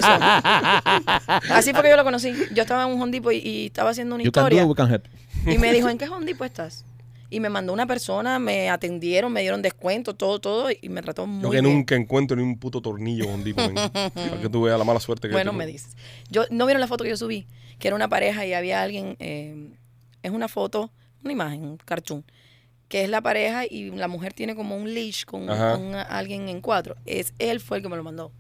E: eso. Así fue que yo lo conocí. Yo estaba en un hondipo y, y estaba haciendo una
C: You can do
E: historia.
C: it, we can help.
E: Y me dijo, ¿en qué hondipo estás? Y me mandó una persona, me atendieron, me dieron descuento, todo, todo, y me trató muy
A: Yo que
E: bien.
A: nunca encuentro ni un puto tornillo, Don Dipo. men. Para que tú veas la mala suerte que yo
E: Bueno,
A: tengo.
E: me dices. Yo, ¿No vieron la foto que yo subí? Que era una pareja y había alguien, eh, es una foto, una imagen, un cartoon, que es la pareja y la mujer tiene como un leash con
A: Ajá.
E: un- alguien en cuatro. Es él fue el que me lo mandó.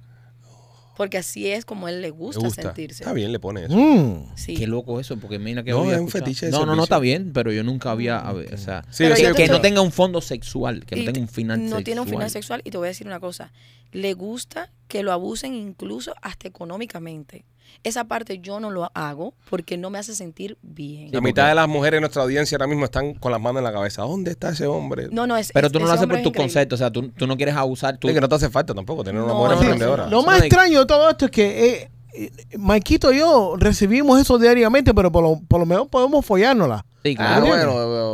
E: Porque así es como él le gusta,
A: Me gusta.
E: sentirse.
A: Está bien, le pone eso.
B: Mm.
E: Sí.
C: Qué loco eso, porque mira que
A: No,
C: había
A: es un
C: escuchado.
A: fetiche de
C: No, no, no
A: servicio.
C: está bien, pero yo nunca había, a ver, o sea,
A: Sí,
E: Pero
A: yo
E: yo
A: sé
E: te
C: que no
E: estoy-
C: tenga un fondo sexual, que no
E: Y
C: tenga un final
E: no
C: sexual.
E: tiene un final sexual y te voy a decir una cosa. Le gusta que lo abusen incluso hasta económicamente. Esa parte yo no lo hago porque no me hace sentir bien.
A: la
C: Sí,
A: mitad
C: porque-
A: de las mujeres de nuestra audiencia ahora mismo están con las manos en la cabeza. ¿Dónde está ese hombre?
E: No, no es.
C: Pero
E: es-
C: tú no lo
E: ese
C: haces
E: hombre
C: por
E: es
C: tus
E: increíble.
C: conceptos, o sea, tú, tú no quieres abusar, tú...
A: Es que no te hace falta tampoco tener una
E: No,
A: mujer
E: no, no,
A: emprendedora.
B: Lo más
C: Eso de-
B: extraño de todo esto es que eh, eh, Maikito y yo recibimos eso diariamente, pero por lo, por lo menos podemos follárnosla.
C: Sí,
A: Ah,
C: claro.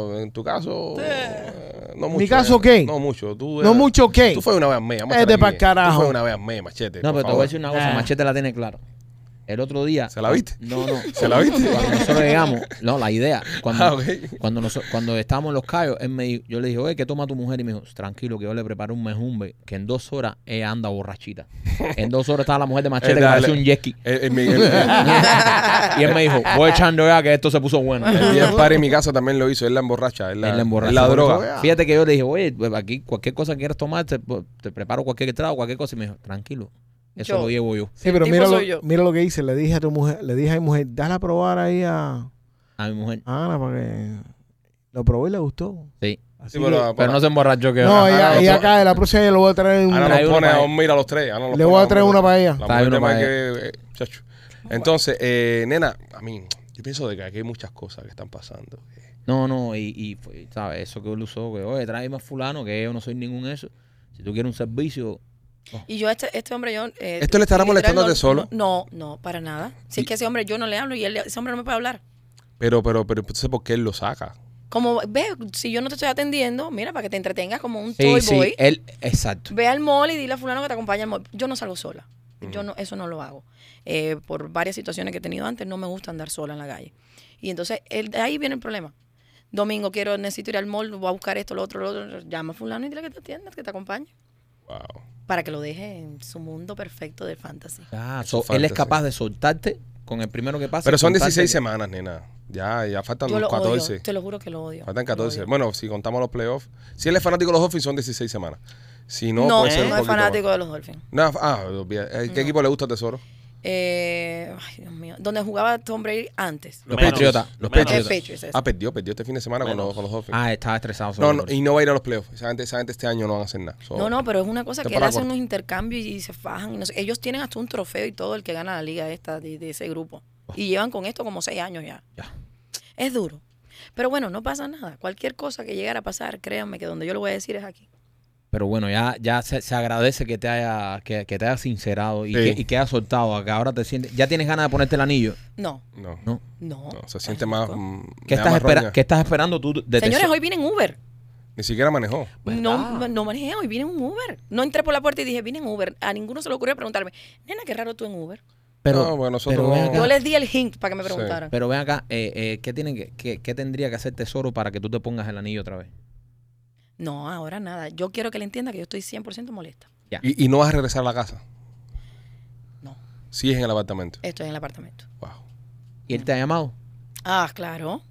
A: bueno, en tu caso, eh, no mucho.
B: caso
A: eh,
B: qué?
A: No mucho. Tú,
B: No
A: eh,
B: mucho qué.
A: Tú fue una vez a mí. vamos a
B: Es de
A: estar
B: pa'l carajo.
A: Tú fue una vez a mí, machete.
C: No,
A: por
C: pero te voy a
A: favor.
C: decir una cosa,
B: Ah.
C: Machete la tiene claro. El otro día.
A: ¿Se la viste?
C: No, no.
A: ¿Se la viste?
C: Cuando nosotros llegamos, no, la idea. Cuando,
A: Ah, ok.
C: cuando, noso- cuando estábamos en los callos, él me dijo, yo le dije, oye, ¿qué toma tu mujer? Y me dijo, tranquilo, que yo le preparo un mejumbe, que en dos horas ella anda borrachita. En dos horas estaba la mujer de Machete que
A: Eh, dale.
C: parecía un jet ski.
A: Eh, eh, mi- el- el-
C: Y él me dijo, voy echando ya que esto se puso bueno.
A: el día del party en mi casa también lo hizo. Él la emborracha. Él la,
C: Él la emborrachó.
A: él la droga.
B: droga.
C: Fíjate que yo le dije, oye, pues, aquí cualquier cosa que quieras tomar, te, te preparo cualquier trago, cualquier cosa. Y me dijo, tranquilo, Eso
E: Yo.
C: lo llevo yo.
B: Sí, pero
E: tipo
B: mira
E: soy
B: lo,
E: yo.
B: mira lo que hice. Le dije a tu mujer, le dije a mi mujer, dale a probar ahí a
C: A mi mujer.
B: a Ana para que lo probó y le gustó.
C: Sí.
B: Así
A: Sí, pero,
B: que-
A: la-
C: Pero no se emborrachó que
B: no,
A: Ana
B: ella,
A: lo
B: ella
A: pone-
B: acá de la próxima yo le voy a traer un-
A: Ahora
C: Trae
A: nos
C: uno
A: pone a
C: para
A: dormir a los tres. ahora nos
B: Le
A: pone
B: voy a traer
A: dormir.
B: una para ella.
A: La
C: Trae
A: mujer
C: uno
A: tema
C: para
A: es que, eh, chacho. Entonces, eh, nena, a mí, yo pienso de que aquí hay muchas cosas que están pasando.
C: No, no, y, y fue, ¿sabes? Eso que él usó, que, oye, tráeme más fulano, que yo no soy ningún eso. Si tú quieres un servicio,
E: Y yo a este, este hombre, yo... eh,
A: ¿Esto le estará
E: literal,
A: molestando a
E: no-
A: ti solo?
E: No, no, para nada. Si
A: Y-
E: es que ese hombre yo no le hablo y él- ese hombre no me puede hablar.
A: Pero, pero, pero, entonces, ¿por qué él lo saca?
E: Como, ve, si yo no te estoy atendiendo, mira, para que te entretengas como un
C: Sí,
E: toy
C: sí,
E: boy.
C: él, exacto.
E: Ve al mall y dile a fulano que te acompañe al mall. Yo no salgo sola. Yo no, eso no lo hago. Eh, por varias situaciones que he tenido antes, no me gusta andar sola en la calle. Y entonces, el- de ahí viene el problema. Domingo quiero, necesito ir al mall, voy a buscar esto, lo otro, lo otro. Llama a fulano y dile que te atienda, que te acompañe.
A: Wow.
E: Para que lo deje en su mundo perfecto de fantasy.
C: Ah,
A: Eso
C: so, él es
A: falta,
C: capaz de soltarte con el primero que pasa.
A: Pero son
C: soltarte-
A: 16 semanas, nena. Ya, ya faltan
E: Ah, Yo lo
A: 14.
E: odio, te lo juro que lo odio.
A: Faltan
E: Lo
A: 14.
E: odio.
A: Bueno, si contamos los playoffs. Si él es fanático de los Dolphins, son 16 semanas. Si no,
E: No, no,
A: puede ser un
E: es
A: poquito más.
E: fanático de los Dolphins.
A: No, ah, olvida- eh, ¿Qué equipo le gusta a Tesoro?
E: Eh, ay, Dios mío. Donde jugaba Tom Brady antes.
C: Los
D: Menos.
C: Patriotas. Los
D: Menos.
C: Patriotas.
E: Patriots, eso.
A: Ah, perdió, perdió este fin de semana con
D: Menos.
A: los, con los Dolphins.
C: Ah, estaba estresado.
A: no,
C: sobre
A: no,
C: todo.
A: y no va a ir a los playoffs. Esa gente, esa gente este año no van a hacer nada. So,
E: No, no, pero es una cosa que él
A: Temporada
E: hace
A: corta.
E: unos intercambios y se fajan. y no sé. Ellos tienen hasta un trofeo y todo el que gana la liga esta de, de ese grupo.
A: Oh.
E: Y llevan con esto como seis años ya.
C: Ya.
E: Es duro. Pero bueno, no pasa nada. Cualquier cosa que llegara a pasar, créanme que donde yo lo voy a decir es aquí.
C: Pero bueno, ya, ya se, se agradece que te haya, que, que te haya sincerado y,
A: Sí.
C: que, y que hayas soltado. Que ahora te sientes. Ya tienes ganas de ponerte el anillo.
E: No,
A: No,
C: No.
E: no.
A: no, se
E: estás
A: siente más.
E: loco.
A: mm, me da
C: ¿Qué estás,
A: más
C: espera,
A: roña.
C: ¿Qué estás esperando tú de
E: Señores,
C: tesoro?
E: hoy vienen Uber.
A: Ni siquiera manejó.
E: No, no, no manejé, hoy vine en un Uber. No entré por la puerta y dije, vine en Uber. A ninguno se le ocurrió preguntarme, nena, qué raro tú en Uber.
C: Pero,
A: No, bueno, nosotros
C: pero ven
A: no-
C: acá,
E: Yo les di el hint para que me
A: Ah. Sí.
E: preguntaran.
C: pero ven acá, eh, eh, ¿qué, tienen que, qué, qué tendría que hacer tesoro para que tú te pongas el anillo otra vez?
E: No, ahora nada. Yo quiero que él entienda que yo estoy 100% molesta.
A: Y, y no vas a regresar a la casa.
E: No, Ah.
A: Sí, es en el apartamento.
E: estoy en el apartamento.
A: Wow.
C: ¿Y él te ha llamado?
E: Ah, claro.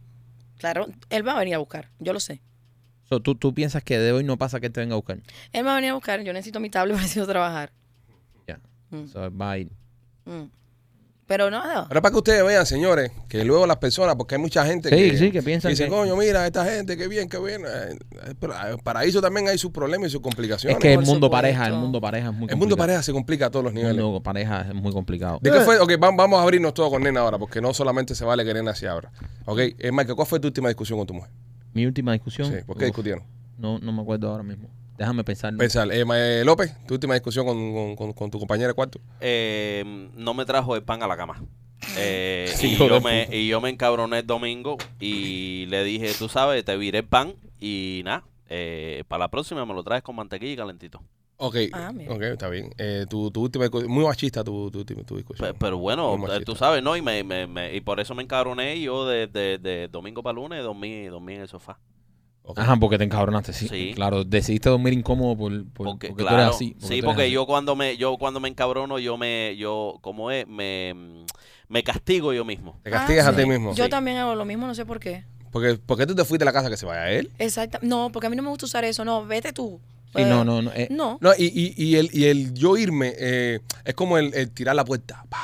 E: Claro, él va a venir a buscar, yo lo sé.
C: So, ¿tú, ¿Tú piensas que de hoy no pasa que él te venga a buscar?
E: Él va a venir a buscar, yo necesito mi tablet, necesito trabajar.
C: Ya.
E: Mm,
C: So, él va a ir.
E: mm. Pero nada,
A: Ahora para que ustedes vean, señores, que luego las personas, porque hay mucha gente
C: Sí,
A: que,
C: sí, que piensan
A: dice,
C: que-
A: coño, mira, esta gente, qué bien, qué bien. Eh, eh, pero, eh, Paraíso también hay sus problemas y sus complicaciones.
C: Es que el
E: Por
C: mundo
E: supuesto.
C: pareja, el mundo pareja es muy complicado.
A: el mundo pareja se complica a todos los
C: El
A: niveles.
C: mundo pareja es muy complicado.
A: ¿De qué fue? Ok, vam- vamos a abrirnos todo con nena ahora, porque no solamente se vale que nena se abra. Ok, eh, Michael, ¿cuál fue tu última discusión con tu mujer?
C: Mi última discusión.
A: Sí, ¿por qué
C: Uf,
A: discutieron?
C: No, no me acuerdo ahora mismo. Déjame pensar.
A: Pensar, eh, Ma- eh, López, tu última discusión con, con- con- con tu compañera de cuarto.
D: Eh, no me trajo el pan a la cama. Eh,
A: Sí,
D: y,
A: hijo de
D: yo me, y yo me encabroné el domingo y le dije, tú sabes, te viré el pan y nada, eh, para la próxima me lo traes con mantequilla y calentito.
A: Ok,
E: Ah, mira.
A: ok, está bien. Eh, tu, tu última discusión, muy machista tu, tu, última- tu discusión.
D: Pe-
E: Pues,
D: Pero
A: Muy
D: bueno, eh,
A: machista.
D: tú sabes, ¿no? Y, me, me- me- y por eso me encabroné y yo de, de- de domingo para lunes dormí, dormí en el sofá.
A: Ok.
C: Ajá, porque te encabronaste, sí.
D: Sí.
C: Claro, decidiste dormir incómodo por, por-
D: Porque,
C: porque tú
D: claro,
C: eres así.
D: sí,
C: tú eres
D: porque
C: así.
D: yo cuando me yo cuando me encabrono, yo me yo como es, me, me castigo yo mismo.
A: Te castigas
E: Ah,
A: a ti
E: sí.
A: mismo.
E: yo
D: Sí.
E: también hago lo mismo, no sé por qué.
A: Porque, ¿Por qué tú te fuiste de la casa que se vaya él?
E: Exacto. No, porque a mí no me gusta usar eso, no, vete tú.
C: Sí,
E: Eh,
C: no, no, no. eh,
E: No,
A: No, y, y, y el, y el yo irme eh, es como el, el tirar la puerta. Pa.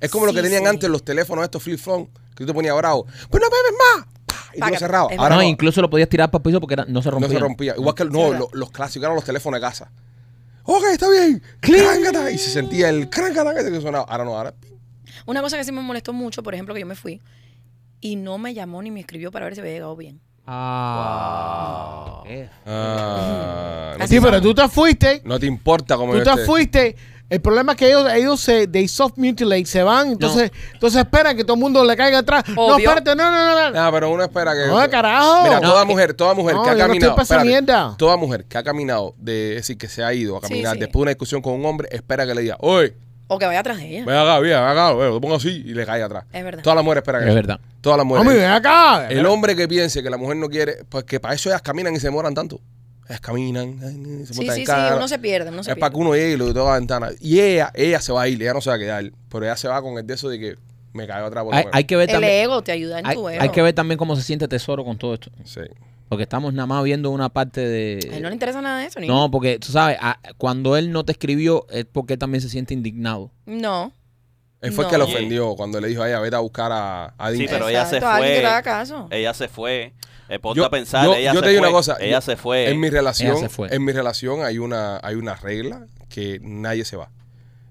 A: Es como lo
E: Sí,
A: que tenían
E: sí.
A: antes los teléfonos, estos flip phone, que tú te ponías bravo. ¡Pues no bebes más! Pa, Y tú lo
E: Págate.
A: cerrabas.
E: Es
A: Ahora
C: no,
A: no,
C: incluso lo podías tirar para el piso porque era- no se
A: no
C: rompía.
A: se rompía. Igual que
E: Es
A: no,
E: verdad.
A: lo- los clásicos eran los teléfonos de casa. Ok, está bien. ¡Cráncata! Y se sentía el cráncata que que sonaba. Ahora no, ahora.
E: una cosa que sí me molestó mucho, por ejemplo, que yo me fui y no me llamó ni me escribió para ver si había llegado bien.
C: Ah. Eh.
A: Ah, no,
E: Así
B: Sí,
E: son.
B: pero tú te fuiste.
A: no te importa como
B: Tú
A: yo
B: te
A: esté.
B: fuiste. El problema es que ellos, ellos se they soft mutilate, se van, entonces, entonces esperan que todo el mundo le caiga atrás. No,
E: Obvio.
B: espérate, no, no, no, no.
A: No, Ah, pero uno espera que.
B: No, carajo.
A: Mira,
B: No,
A: toda
B: eh,
A: mujer, toda mujer
B: no,
A: que ha
B: yo no estoy
A: caminado.
B: pa' esa
A: espérate,
B: mierda.
A: Toda mujer que ha caminado, de, es decir, que se ha ido a
E: Sí,
A: caminar
E: sí.
A: después de una discusión con un hombre, espera que le diga, oye,
E: O que vaya atrás de ella.
A: ven acá, bien, ven acá, ven, lo pongo así y le cae atrás.
E: Es verdad.
A: Toda la mujer espera que
C: Es verdad.
A: Toda la
B: Hombre, ven
A: mujer.
B: acá.
A: El hombre que piense que la mujer no quiere, pues que para eso ellas caminan y se demoran tanto. Ellas caminan, ay, se
E: Sí,
A: montan en
E: sí, sí,
A: cara.
E: uno se pierde, uno se
A: es para que
E: pierde.
A: uno llegue y lo toque la ventana. Y ella, ella se va a ir, ella no se va a quedar. Pero ella se va con el de eso de que me cayó atrás por la
C: Hay,
A: mujer.
C: hay que ver
E: El
C: también.
E: ego te ayuda en
C: Hay,
E: tu ego.
C: hay que ver también cómo se siente tesoro con todo esto.
A: Sí.
C: Porque estamos nada más viendo una parte de...
E: A él no le interesa nada de eso, ni
C: No, porque tú sabes, a- cuando él no te escribió es porque él también se siente indignado.
E: No.
A: Él fue el
E: No.
A: que lo
D: Sí.
A: ofendió cuando le dijo a ella, vete a buscar a, a
D: Sí,
A: Dinka".
D: pero ella se
E: Exacto, alguien que
D: fue.
E: le haga caso.
D: Ella se fue. Eh, ponte
A: Yo-
D: a pensar,
A: yo-
D: ella
A: yo
D: se
A: te digo
D: fue.
A: una cosa,
D: eh, Ella
A: yo-
D: se fue.
A: En mi relación,
C: se fue.
A: en mi relación hay una, hay una regla que nadie se va.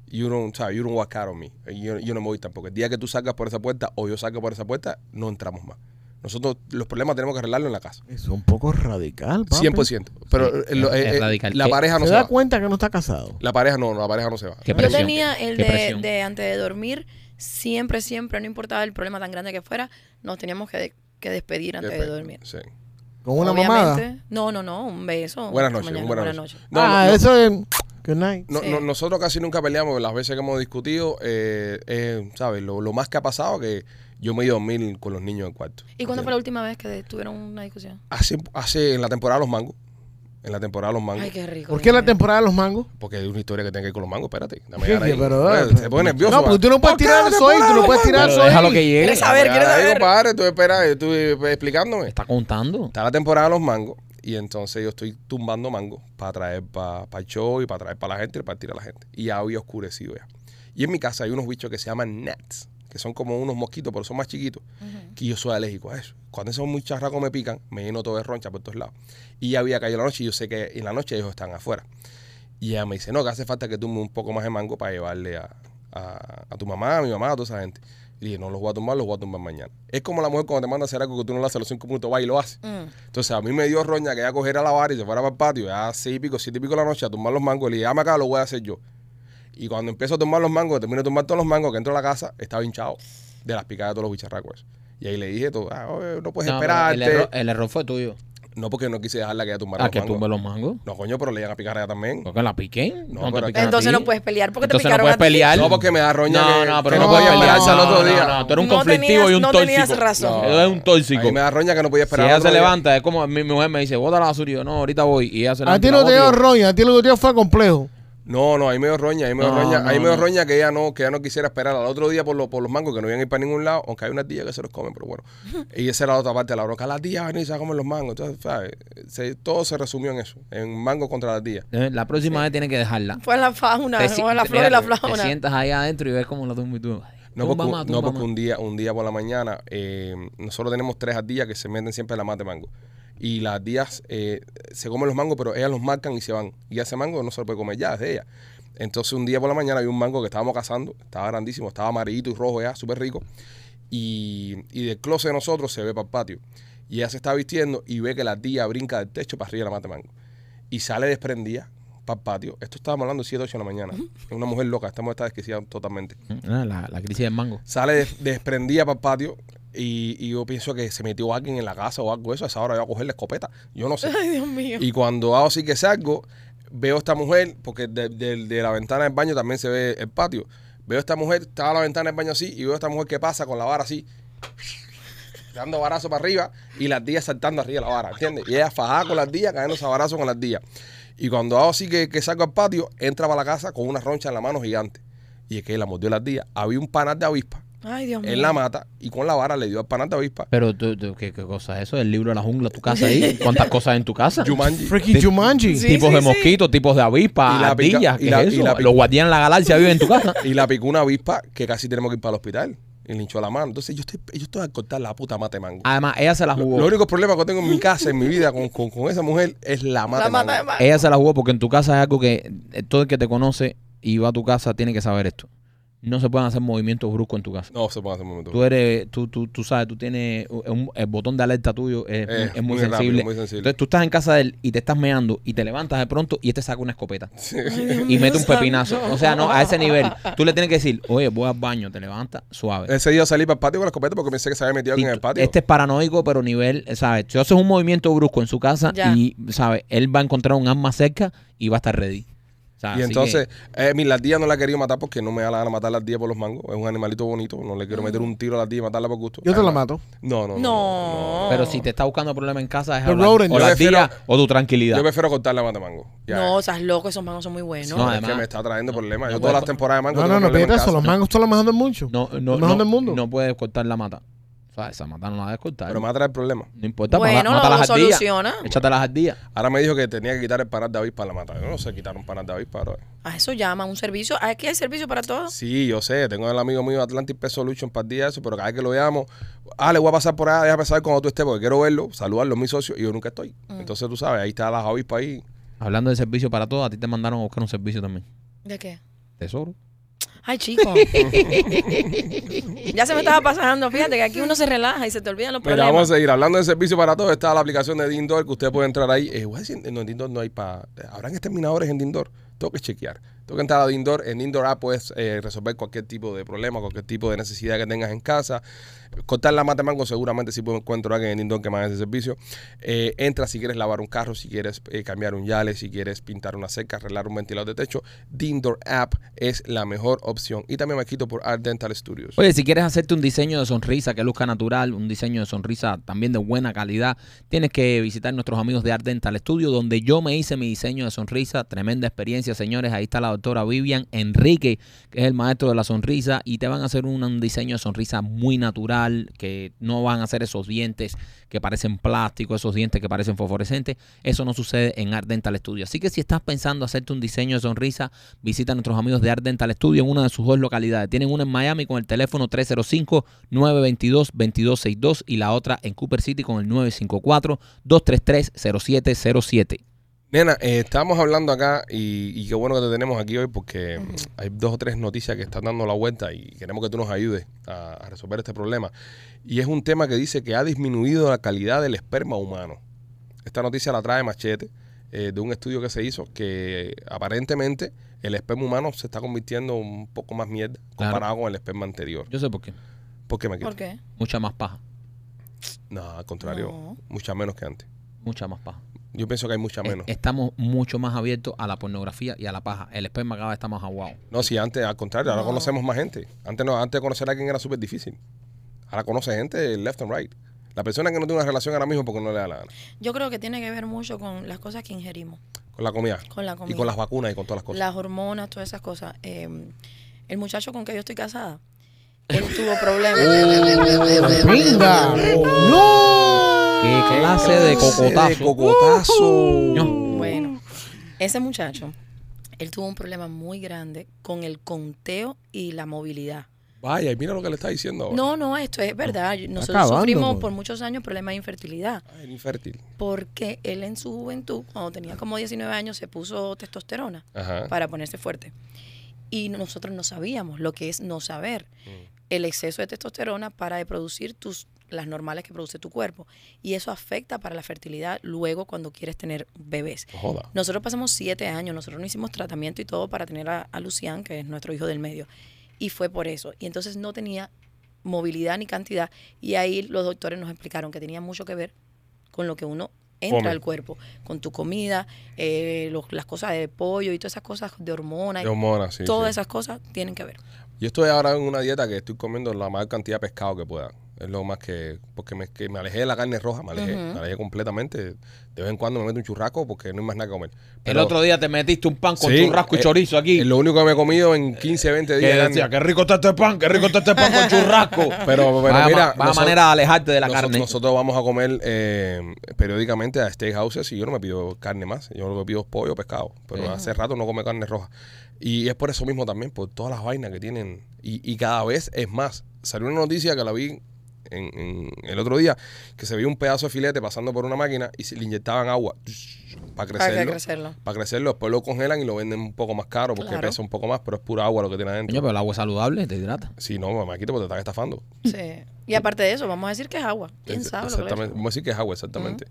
A: You don't, ¿sabes? You don't walk out on me. Yo, yo no me voy tampoco. El día que tú salgas por esa puerta o yo salga por esa puerta, no entramos más. Nosotros los problemas tenemos que arreglarlo en la casa.
F: Es un poco radical, papi.
A: 100%. Pero
C: Sí,
A: eh, lo-
C: es
A: eh, eh,
C: radical.
A: la
C: ¿Qué?
A: pareja no
B: se
A: se
B: da
A: va.
B: cuenta que no está casado.
A: La pareja no, no, la pareja no se va.
C: Qué
E: Yo
C: presión.
E: tenía el
C: qué
E: de,
C: presión.
E: de antes de dormir, siempre, siempre, no importaba el problema tan grande que fuera, nos teníamos que, de- que despedir antes de dormir.
A: Sí.
B: Con una mamada.
E: Obviamente- No, no, no, un beso.
A: Buenas
E: hasta
A: noches.
E: mañana,
A: buenas
E: buenas
A: noches.
E: noches.
A: No,
B: ah,
A: no, no.
B: eso es. Good night.
A: No,
E: Sí.
A: no- nosotros casi nunca peleamos. Las veces que hemos discutido, eh, eh, ¿sabes? Lo, lo más que ha pasado que yo me he ido a dormir con los niños en el cuarto.
E: ¿Y cuándo fue la última vez que tuvieron una discusión?
A: Hace, hace en la temporada de los mangos. En la temporada de los mangos.
E: Ay, qué rico.
B: ¿Por qué la
E: Dios mío.
B: temporada de los mangos?
A: Porque hay una historia que tenga que ver con los mangos. Espérate. Dame
B: Sí,
A: ganas
B: sí,
A: ahí.
B: pero,
A: Bueno,
B: eh,
A: se pone nervioso.
B: No, porque tú no puedes
A: ¿Por qué
B: tirar
A: la
B: eso ahí, tú no
A: temporada
B: puedes
A: de los
B: tirar
C: Pero
B: eso ahí.
C: déjalo que llegue.
E: ¿Quieres saber?
A: Dame
E: ¿Quieres
A: ganas ahí,
E: saber?
A: compadre. Tú espera, eh, tú eh, explicándome.
C: Está contando.
A: Está la temporada de los mangos. Y entonces yo estoy tumbando mangos para traer para el show y para traer para la gente y para tirar a la gente. Y ya había oscurecido ya. Y en mi casa hay unos bichos que se llaman gnats, que son como unos mosquitos, pero son más chiquitos. Que yo soy alérgico a eso. Cuando esos muy charracos me pican, me lleno todo de roncha por todos lados. Y ya había caído la noche y yo sé que en la noche ellos están afuera. Y ella me dice, no, que hace falta que tumbe un poco más de mango para llevarle a, a- a tu mamá, a mi mamá, a toda esa gente. Y dije, no los voy a tumbar, los voy a tumbar mañana. Es como la mujer cuando te manda a hacer algo que tú no lo haces a los cinco minutos, va y lo hace.
E: Mm.
A: Entonces a mí me dio roña que ella cogiera la vara y se fuera para el patio, ya seis y pico, siete y pico de la noche a tomar los mangos. Y le dije, dame acá, lo voy a hacer yo. Y cuando empiezo a tomar los mangos, termino de tomar todos los mangos, que entro a la casa, estaba hinchado de las picadas de todos los bicharracos. Y ahí le dije, todo, ah, oye, no puedes
C: No, pero
A: esperarte.
C: el, error, el error fue tuyo.
A: No, porque no quise dejarla que ella tumbara
C: Ah,
A: los
C: que
A: mangos.
C: tumbe los mangos.
A: No, coño, pero le iban a picar a ella también.
C: Porque la piqué.
A: No,
C: No, te
A: pero-
C: picaron a
E: Entonces
C: ti.
E: no puedes pelear porque
C: Entonces
E: te
C: no
E: picaron
C: puedes
E: a ti.
C: pelear.
A: No, porque me da roña
C: No,
A: que,
C: no, pero
A: que
C: no,
A: no,
C: puedes
A: podía
C: pelear.
A: esperarse al otro día.
C: No, no, tú eres un
E: No
C: conflictivo
E: tenías-
C: y un
E: no
C: tóxico.
E: tenías razón.
C: No, eres un tóxico.
A: Ahí me da roña que no podía
C: Si
A: esperar.
C: ella
A: al
C: se
A: otro día.
C: levanta, es como mi mujer me dice, bota la basura. Y yo, no, ahorita voy. Y ella se levanta.
B: A ti
C: y
B: no
C: la bota
B: te
C: y
B: dio
C: yo,
B: roña, a ti lo que te dio fue complejo.
A: No, no, ahí me dio roña, ahí me dio
C: No,
A: roña, ahí
C: no,
A: me dio
C: no.
A: roña que ella no, que ella no quisiera esperar al otro día por, lo- por los mangos que no iban a ir para ningún lado, aunque hay unas tías que se los comen, pero bueno. Y esa era la otra parte de la bronca. Las tías van y se comen los mangos, entonces, ¿sabes? Se- todo se resumió en eso, en mango contra las tías.
C: "Eh, La próxima vez tienes que dejarla.
E: Fue la fauna,
C: Te si-
E: fue la
C: te-
E: flor y la
C: mira, Te
E: fauna.
C: sientas ahí adentro y ves cómo la tumba y tú.
A: No,
C: tumba
A: porque, no, pues,
C: más, tumba
A: porque
C: más.
A: un día, un día por la mañana, eh, nosotros tenemos tres ardillas que se meten siempre en la mata de mango. Y las ardillas eh, se comen los mangos, pero ellas los marcan y se van. Y ese mango no se lo puede comer ya, es de ella. Entonces un día por la mañana había un mango que estábamos cazando, estaba grandísimo, estaba amarillito y rojo ya, súper rico. Y, y del closet de nosotros se ve para el patio. Y ella se está vistiendo y ve que la ardilla brinca del techo para arriba de la mata de mango. Y sale desprendida para el patio. Esto estábamos hablando 7, 8 de la mañana. Es una mujer loca, esta mujer está desquiciada totalmente
C: Ah, La, la crisis del mango.
A: sale des- desprendida para el patio y, y yo pienso que se metió alguien en la casa o algo de eso. A esa hora yo voy a coger la escopeta. Yo no sé.
E: Ay, Dios mío.
A: Y cuando hago así que salgo, veo a esta mujer, porque de, de- de la ventana del baño también se ve el patio. Veo a esta mujer, estaba la ventana del baño así, y veo a esta mujer que pasa con la vara así, dando varazo para arriba, y las días saltando arriba de la vara, ¿entiendes? Y ella fajada con las días, cayendo varazo con las días. Y cuando hago así que, que salgo al patio, entra para la casa con una roncha en la mano gigante. Y es que la mordió las días. Había un panal de avispa
E: Ay, Dios mío.
A: en la mata y con la vara le dio al panal de avispa.
C: Pero tú, tú, ¿qué, qué cosa es eso? El libro de la jungla, tu casa ahí. ¿Cuántas cosas en tu casa?
A: Jumanji.
B: Freaky Jumanji.
E: Sí.
C: tipos de
E: sí.
C: mosquitos, tipos de avispas,
A: Y la pica-
C: ardillas,
A: y
C: ¿qué
A: la-
C: es
A: y
C: eso?
A: la pica-
C: Los guardianes de la galaxia viven en tu casa.
A: Y la picó una avispa que casi tenemos que ir para el hospital. Y le hinchó la mano. Entonces yo estoy, yo estoy a cortar la puta mate mango.
C: Además, ella se la
A: Lo-
C: jugó.
A: Los únicos problemas que tengo en mi casa, en mi vida, con, con- con esa mujer, es la mata
E: La mata de
A: mango.
E: mango.
C: Ella se la jugó porque en tu casa es algo que eh, todo el que te conoce y va a tu casa tiene que saber esto. No se pueden hacer movimientos bruscos en tu casa.
A: No se puede hacer un momento.
C: Tú eres, tú, tú, tú sabes, tú tienes eh, un- el botón de alerta tuyo es,
A: Eh,
C: es
A: muy
C: muy,
A: rápido,
C: sensible.
A: muy sensible.
C: Entonces tú estás en casa de él y te estás meando y te levantas de pronto y este saca una escopeta y mete un pepinazo. O sea, no, a ese nivel. Tú le tienes que decir, oye, voy al baño, te levantas, suave.
A: Ese día salí para el patio con la escopeta porque pensé que se había metido
C: Y
A: alguien en
C: tú-
A: el patio.
C: Este es paranoico, pero nivel, ¿sabes? Si haces un movimiento brusco en su casa
E: Ya.
C: y, ¿sabes? Él va a encontrar un arma cerca y va a estar ready. O sea,
A: y
C: así
A: entonces,
C: que-
A: eh, mi, las días no la he querido matar porque no me da la gana matar las días por los mangos. Es un animalito bonito. No le quiero meter un tiro a las días y matarla por gusto.
B: Yo te la
A: Además-
B: mato.
A: No, no. No.
E: No.
C: pero si te está buscando problema en casa, es
B: Pero
C: hablar-
B: Lauren,
C: o
A: yo
C: las
A: prefiero-
C: días o tu tranquilidad.
A: Yo prefiero cortar la mata mango. Ya,
E: No,
A: eh.
E: estás loco, esos mangos son muy buenos.
C: No,
A: es
C: además-
A: que me está trayendo problemas.
C: no
A: Yo
C: puedo-
A: todas las temporadas de mango
B: No,
A: tengo
B: no, no,
A: problemas en
B: pídete eso.
A: casa.
B: Los mangos son los mejor del mundo.
C: No, no,
B: Los
C: no,
B: mejor del mundo.
C: no puedes cortar la mata. O sea, esa mata no la debes cortar.
A: Pero mata el problema.
C: no importa,
E: Bueno,
C: mata, mata
E: lo
C: las ardillas.
E: soluciona.
C: Échate las ardillas.
A: Ahora me dijo que tenía que quitar el panal de avispa a la mata. Yo no sé quitar un panal de avispa, bro.
E: A eso llama un servicio. Aquí hay servicio para todos.
A: Sí, yo sé. Tengo el amigo mío Atlantic Pest Solution para el día de eso, pero cada vez que lo llamo, ah, le voy a pasar por allá, déjame saber cuando tú estés, porque quiero verlo, saludarlo, mis socios, y yo nunca estoy. Entonces tú sabes, ahí está las avispas ahí.
C: Hablando de servicio para todos, a ti te mandaron a buscar un servicio también.
E: ¿De qué?
C: Tesoro.
E: Ay, chico. ya se me estaba pasando. Fíjate que aquí uno se relaja y se te olvidan los
A: Mira, vamos
E: problemas.
A: a seguir. Hablando de servicio para todos, está la aplicación de Dindor que usted puede entrar ahí. Eh, voy a decir, no, en Dindor no hay para. ¿Habrán exterminadores en Dindor? Tengo que chequear. Tengo que entrar a Dindor. En Dindor App puedes eh, resolver cualquier tipo de problema, cualquier tipo de necesidad que tengas en casa. Cortar la mata de mango, seguramente si puedo encuentro a alguien en Dindor que me haga ese servicio. Eh, entra si quieres lavar un carro, si quieres eh, cambiar un yale, si quieres pintar una cerca, arreglar un ventilador de techo. Dindor App es la mejor opción. Y también me quito por Art Dental Studios.
C: Oye, si quieres hacerte un diseño de sonrisa que luzca natural, un diseño de sonrisa también de buena calidad, tienes que visitar nuestros amigos de Art Dental Studio, donde yo me hice mi diseño de sonrisa. Tremenda experiencia, señores. Ahí está la doctora Vivian Enrique, que es el maestro de la sonrisa, y te van a hacer un, un diseño de sonrisa muy natural, que no van a hacer esos dientes que parecen plástico, esos dientes que parecen fosforescentes. Eso no sucede en Art Dental Studio. Así que si estás pensando hacerte un diseño de sonrisa, visita a nuestros amigos de Art Dental Studio en una de sus dos localidades. Tienen una en Miami con el teléfono 305-922-2262 y la otra en Cooper City con el 954-233-0707.
A: Nena, eh, estábamos hablando acá y, y qué bueno que te tenemos aquí hoy porque mm, hay dos o tres noticias que están dando la vuelta y queremos que tú nos ayudes a, a resolver este problema. Y es un tema que dice que ha disminuido la calidad del esperma humano. Esta noticia la trae Machete eh, de un estudio que se hizo que aparentemente el esperma humano se está convirtiendo un poco más mierda
C: Claro.
A: comparado con el esperma anterior.
C: Yo sé por qué.
A: ¿Por qué me
E: ¿Por qué?
C: Mucha más paja.
A: No, al contrario,
E: No.
A: mucha menos que antes.
C: Mucha más paja.
A: Yo pienso que hay mucha menos.
C: Es- Estamos mucho más abiertos a la pornografía y a la paja. El esperma cada vez está más aguado.
A: No, si antes, al contrario, ahora
E: No.
A: conocemos más gente. Antes no, antes de conocer a alguien era súper difícil. Ahora conoce gente left and right. La persona que no tiene una relación ahora mismo porque no le da la gana.
E: Yo creo que tiene que ver mucho con las cosas que ingerimos,
A: Con la comida.
E: con la comida.
A: Y con las vacunas y con todas las cosas.
E: las hormonas, todas esas cosas. Eh, el muchacho con que yo estoy casada, él tuvo problemas.
B: Venga. No.
C: ¿Qué clase de cocotazo? No.
E: bueno, ese muchacho, él tuvo un problema muy grande con el conteo y la movilidad.
A: Vaya, y mira lo que le está diciendo ahora.
E: No, no, esto es verdad. Nosotros
B: acabando,
E: sufrimos
B: pues.
E: por muchos años problemas de infertilidad.
A: Ay, el infértil.
E: porque él en su juventud, cuando tenía como 19 años, se puso testosterona
A: Ajá.
E: para ponerse fuerte. Y nosotros no sabíamos lo que es no saber el exceso de testosterona para de producir tus las normales que produce tu cuerpo. Y eso afecta para la fertilidad luego cuando quieres tener bebés.
A: No joda.
E: Nosotros pasamos siete años, nosotros no hicimos tratamiento y todo para tener a, a Lucián, que es nuestro hijo del medio. Y fue por eso. Y entonces no tenía movilidad ni cantidad. Y ahí los doctores nos explicaron que tenía mucho que ver con lo que uno entra
A: Come.
E: al cuerpo, con tu comida, eh, los- las cosas de pollo y todas esas cosas de hormonas.
A: De hormonas, sí.
E: todas
A: sí.
E: esas cosas tienen que ver.
A: Yo estoy ahora en una dieta que estoy comiendo la mayor cantidad de pescado que pueda. Es lo más que. Porque me, que me alejé de la carne roja, me alejé.
E: Ujú.
A: Me alejé completamente. De vez en cuando me meto un churraco porque no hay más nada que comer.
C: El
A: Pero-
C: otro día te metiste un pan con
A: Sí,
C: churrasco y
A: eh,
C: chorizo aquí.
A: Es lo único que me he comido en 15, 20 días.
C: Eh, Que decía,
A: Dani.
C: qué rico está este pan, qué rico está este pan con churrasco.
A: Pero, pero
C: Vaya ma-
A: mira,
C: vaya
A: nosotros-
C: manera de alejarte de la
A: Nosotros-
C: carne.
A: Nosotros vamos a comer eh, periódicamente a steakhouses y yo no me pido carne más. Yo lo que pido es pollo, pescado. Pero
C: Sí.
A: hace rato no come carne roja. Y es por eso mismo también, por todas las vainas que tienen. Y, y cada vez es más. Salió una noticia que la vi en, en el otro día, que se veía un pedazo de filete pasando por una máquina y se le inyectaban agua para
E: Para que
A: crecerlo.
E: crecerlo.
A: Para crecerlo, después lo congelan y lo venden un poco más caro porque
E: Claro.
A: pesa un poco más, pero es pura agua lo que tiene adentro.
C: Coño, pero el agua es saludable, te hidrata.
A: Sí, no, mamá, quito porque te están estafando.
E: Sí. Y aparte de eso, vamos a decir que es agua. ¿Quién
A: Ex-
E: sabe? lo que le
A: Exactamente.
E: echan?
A: Vamos a decir que es agua, exactamente.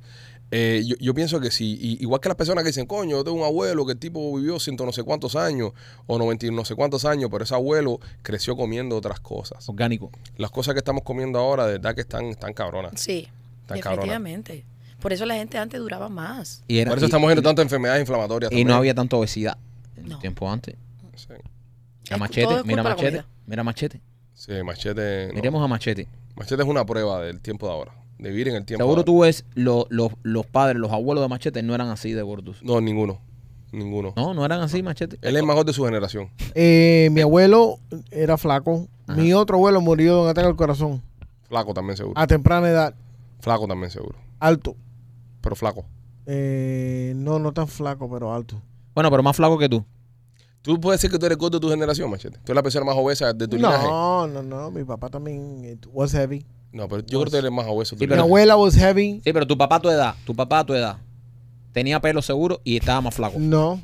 A: Eh, yo, yo pienso que sí. Y- igual que las personas que dicen, coño, yo tengo un abuelo que el tipo vivió ciento no sé cuántos años o noventa y no sé cuántos años, pero ese abuelo creció comiendo otras cosas.
C: Orgánico.
A: Las cosas que estamos comiendo ahora, de verdad que están, están cabronas.
E: Sí,
A: Tan cabrona.
E: definitivamente. Por eso la gente antes duraba más.
C: Y, era-
A: Por eso
C: y-
A: estamos viendo tantas enfermedades inflamatorias.
C: y no
A: también.
C: había tanta obesidad en el
E: No.
C: tiempo antes.
A: Sí,
C: Mira
E: Es-
C: machete,
E: todo es culpa
C: mira
E: de la
C: machete,
E: comida.
C: mira machete.
A: Sí, machete. no.
C: Miremos a machete.
A: Machete es una prueba del tiempo de ahora, de vivir en el tiempo.
C: Seguro
A: de ahora.
C: tú ves lo- lo- los padres, los abuelos de machete no eran así de gordos.
A: No, ninguno. Ninguno.
C: No, no eran así machete.
A: Él es el mejor de su generación.
B: Eh, mi abuelo era flaco. Mi otro abuelo murió de un ataque al corazón.
A: Flaco también seguro.
C: Ah.
B: a temprana edad,
A: Flaco también seguro.
B: alto.
A: Pero flaco.
B: Eh, no, no tan flaco, pero alto.
C: Bueno, pero más flaco que tú.
A: Tú puedes decir que tú eres gordo de tu generación, machete. Tú eres la persona más obesa de tu linaje.
B: No, no, no. Mi papá también eh, was heavy.
A: No, pero yo creo que tú eres más obeso. de tu
C: Sí, pero-
B: Mi
A: linaje.
B: abuela was heavy.
C: Sí, pero tu papá a tu edad, tu papá a tu edad, tenía pelo seguro y estaba más flaco.
B: No.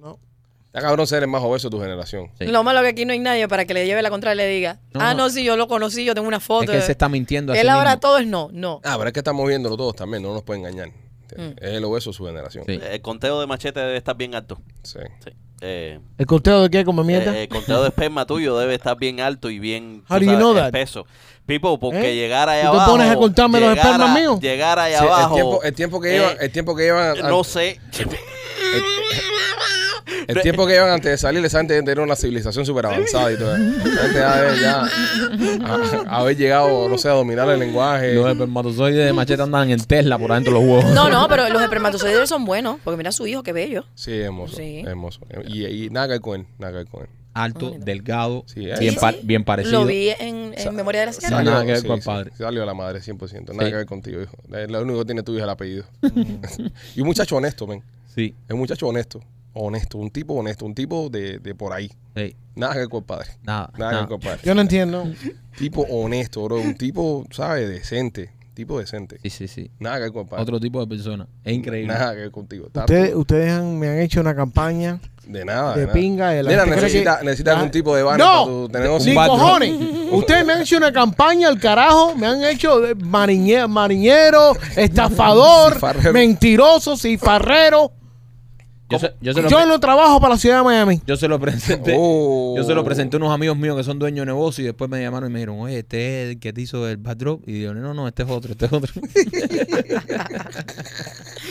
B: No.
A: Está cabrón ser el más obeso de tu generación.
C: Sí.
E: Lo malo que aquí no hay nadie para que le lleve la contra y le diga,
C: No,
E: ah,
C: no.
E: no. sí, yo lo conocí, yo tengo una foto.
C: Es que él se está mintiendo a sí
E: Él ahora
C: mismo.
E: todo es no, no.
A: Ah, pero es que estamos viéndolo todos también. No nos pueden engañar. ¿entiendes? Es el obeso de su generación.
C: Mm. Sí.
D: El conteo de machete debe estar bien alto.
A: Sí.
D: Sí. Eh,
B: ¿El conteo de qué, como mierda?
D: eh, el conteo de esperma tuyo debe estar bien alto y bien
B: How do you know that?
D: espeso. Pipo, porque
B: ¿Eh?
D: llegar allá
B: ¿Tú te
D: abajo.
B: pones a contarme los
D: llegar
B: espermas
D: a-
B: míos?
D: Llegar allá
A: Sí, el,
D: abajo.
A: tiempo, el tiempo que
D: eh,
A: llevan, el tiempo que llevan,
D: no sé. eh,
A: el, el tiempo que llevan antes de salir, esa gente tener una civilización súper avanzada y todo. Esa gente ya debe ya a- haber llegado, no sé, a dominar el lenguaje.
C: Los espermatozoides de machete andan en Tesla por adentro de los huevos.
E: No, no, pero los espermatozoides son buenos, porque mira a su hijo, qué bello.
A: Sí, hermoso,
E: Sí.
A: hermoso. Y, y nada que ver con él, nada que ver con él.
C: Alto, delgado,
A: Sí, eh.
C: bien,
E: Sí,
C: pa-
E: sí.
C: bien parecido.
E: Lo vi en, en Memoria de la Sierra.
C: Nada que ver con el padre.
A: salió a la madre 100%, nada
C: Sí. Mm.
A: que ver contigo, hijo. Es Lo único que tiene tu hijo es el apellido. y un muchacho honesto, men.
C: Sí,
A: Es un muchacho honesto, honesto, un tipo honesto, un tipo de, de por ahí.
C: sí,
A: Nada que ver con el padre.
C: nada.
A: Nada que
C: nada.
A: ver con el padre.
B: Yo no entiendo.
A: Tipo honesto, bro. Un tipo, ¿sabes? Decente. Tipo decente.
C: Sí, sí, sí.
A: Nada que ver con el padre.
C: Otro tipo de persona. Es increíble.
A: Nada que ver contigo. Está
B: Ustedes,
A: todo-
B: ustedes han- me han hecho una campaña.
A: de nada.
B: de
A: nada.
B: pinga, de la
A: Mira,
B: gente cree
A: necesita,
B: que-
A: necesita algún
B: Ah,
A: tipo de banner para
B: ¡No!
A: tu de negocio.
B: ¡Ni
C: vato.
B: cojones! Ustedes me han hecho una campaña al carajo. Me han hecho de mariñe- mariñero, estafador,
A: Cifarrero.
B: mentiroso, cifarrero.
C: Yo se, yo se lo,
B: Yo no trabajo para la ciudad de Miami.
C: yo se lo presenté.
A: Oh.
C: Yo se lo presenté a unos amigos míos que son dueños de negocio y después me llamaron y me dijeron, oye, este es el que te hizo el backdrop. Y yo, no, no, este es otro, este es otro.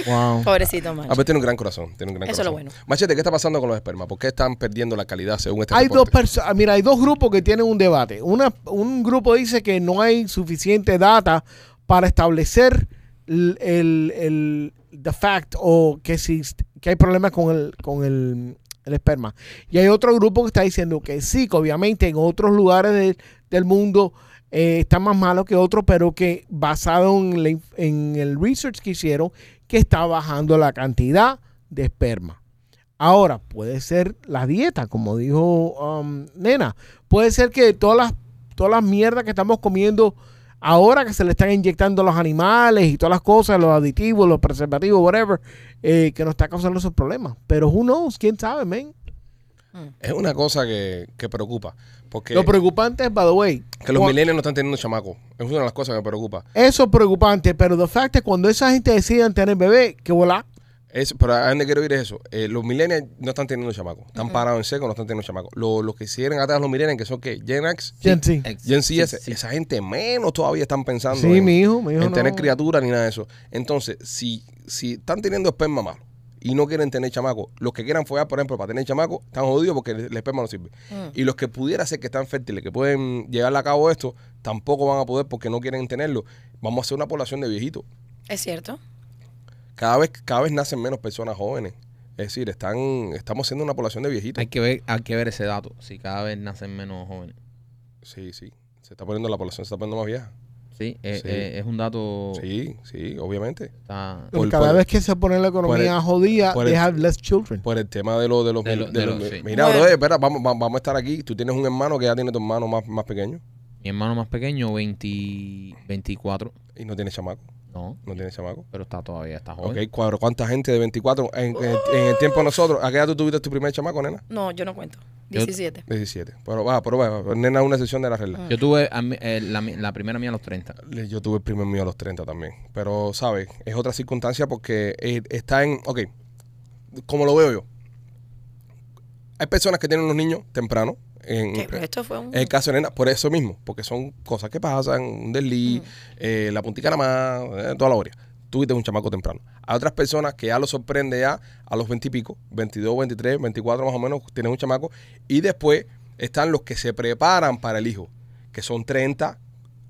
B: Wow.
E: Pobrecito, man.
A: Ah, pero tiene un gran corazón. Tiene un gran
E: Eso es lo
A: corazón.
E: bueno.
A: Machete, ¿qué está pasando con los espermas? ¿Por qué están perdiendo la calidad según este
B: Hay dos
A: reporte?
B: personas, mira, hay dos grupos que tienen un debate. Una, un grupo dice que no hay suficiente data para establecer el, el, el- the fact o que si que hay problemas con el con el, el esperma. Y hay otro grupo que está diciendo que sí, que obviamente en otros lugares del- del mundo eh, está más malo que otros, pero que basado en, la inf- en el research que hicieron, que está bajando la cantidad de esperma. Ahora, puede ser la dieta, como dijo um, Nena. Puede ser que todas las, todas las mierdas que estamos comiendo ahora que se le están inyectando a los animales y todas las cosas, los aditivos, los preservativos, whatever, eh, que nos está causando esos problemas. Pero who knows, quién sabe, men.
A: Es una cosa que, que preocupa. Porque
B: Lo preocupante es, by the way,
A: que los
B: cua-
A: milenios no están teniendo chamacos. Es una de las cosas que me preocupa.
B: eso es preocupante, pero the fact es cuando esa gente deciden tener bebé, que volá.
A: Es, pero a dónde quiero ir es eso. Eh, los millennials no están teniendo chamacos. Están parados en seco, no están teniendo chamacos. Lo- Los que siguen atrás los millennials, que son que Gen X,
B: Gen Z.
A: Gen Z, ese- esa gente menos todavía están pensando
B: Sí,
A: en,
B: mi hijo, mi hijo.
A: en tener
B: no.
A: criaturas ni nada de eso. Entonces, si, si están teniendo esperma malo y no quieren tener chamacos, los que quieran follar, por ejemplo, para tener chamacos, están jodidos porque el, el esperma no sirve.
B: Mm.
A: Y los que pudiera ser que están fértiles, que pueden llevar a cabo esto, tampoco van a poder porque no quieren tenerlo. Vamos a hacer una población de viejitos
C: pues-
E: Es cierto.
A: cada vez, cada vez nacen menos personas jóvenes. Es decir, están, estamos siendo una población de viejitos.
C: Hay que ver, hay que ver ese dato. Si cada vez nacen menos jóvenes.
A: Sí, sí. Se está poniendo la población, se está poniendo más vieja.
C: Sí, eh,
A: Sí.
C: eh, es un
B: Oh.
C: dato.
A: Sí, sí, obviamente.
C: Está,
B: Pero
A: Por-
B: cada
A: por-
B: vez que se pone la economía
A: por el-
B: jodida,
A: por el-
B: they have less children.
A: Por el tema de, lo, de los...
C: De lo-
A: mil- de
C: de
A: los-
C: los- sí.
A: Mira,
E: Bueno.
A: brother, espera, vamos, vamos, vamos a estar aquí. Tú tienes un hermano que ya tiene tu hermano más, más pequeño
C: mi hermano más pequeño, 20, 24.
A: y no tiene chamaco.
C: No,
A: No tiene chamaco.
C: pero está todavía, está
A: Ok,
C: joven.
A: cuadro, ¿cuánta gente de 24 en, en- en el tiempo de nosotros? ¿A qué edad tú tuviste tu primer chamaco, nena?
E: No, yo no cuento.
C: Yo- Mm,
E: 17.
A: 17. Pero va, pero va, va, nena es una excepción de la regla.
C: Yo tuve a mi- eh, la, mi- la primera mía a los 30.
A: Le- Yo tuve el primer mío a los 30 también. Pero, ¿sabes? Es otra circunstancia porque eh, está en. Ok, como lo veo yo. Hay personas que tienen los niños temprano. En,
E: Que- pero esto fue un...
A: en el caso de Nena, por eso mismo. Porque son cosas que pasan, un desliz, eh, la puntica nada más, eh, toda la hora. Tú tienes un chamaco temprano. Hay otras personas que ya lo sorprende ya a los 20 y pico, 22, 23, 24 más o menos, tienes un chamaco. Y después están los que se preparan para el hijo, que son 30,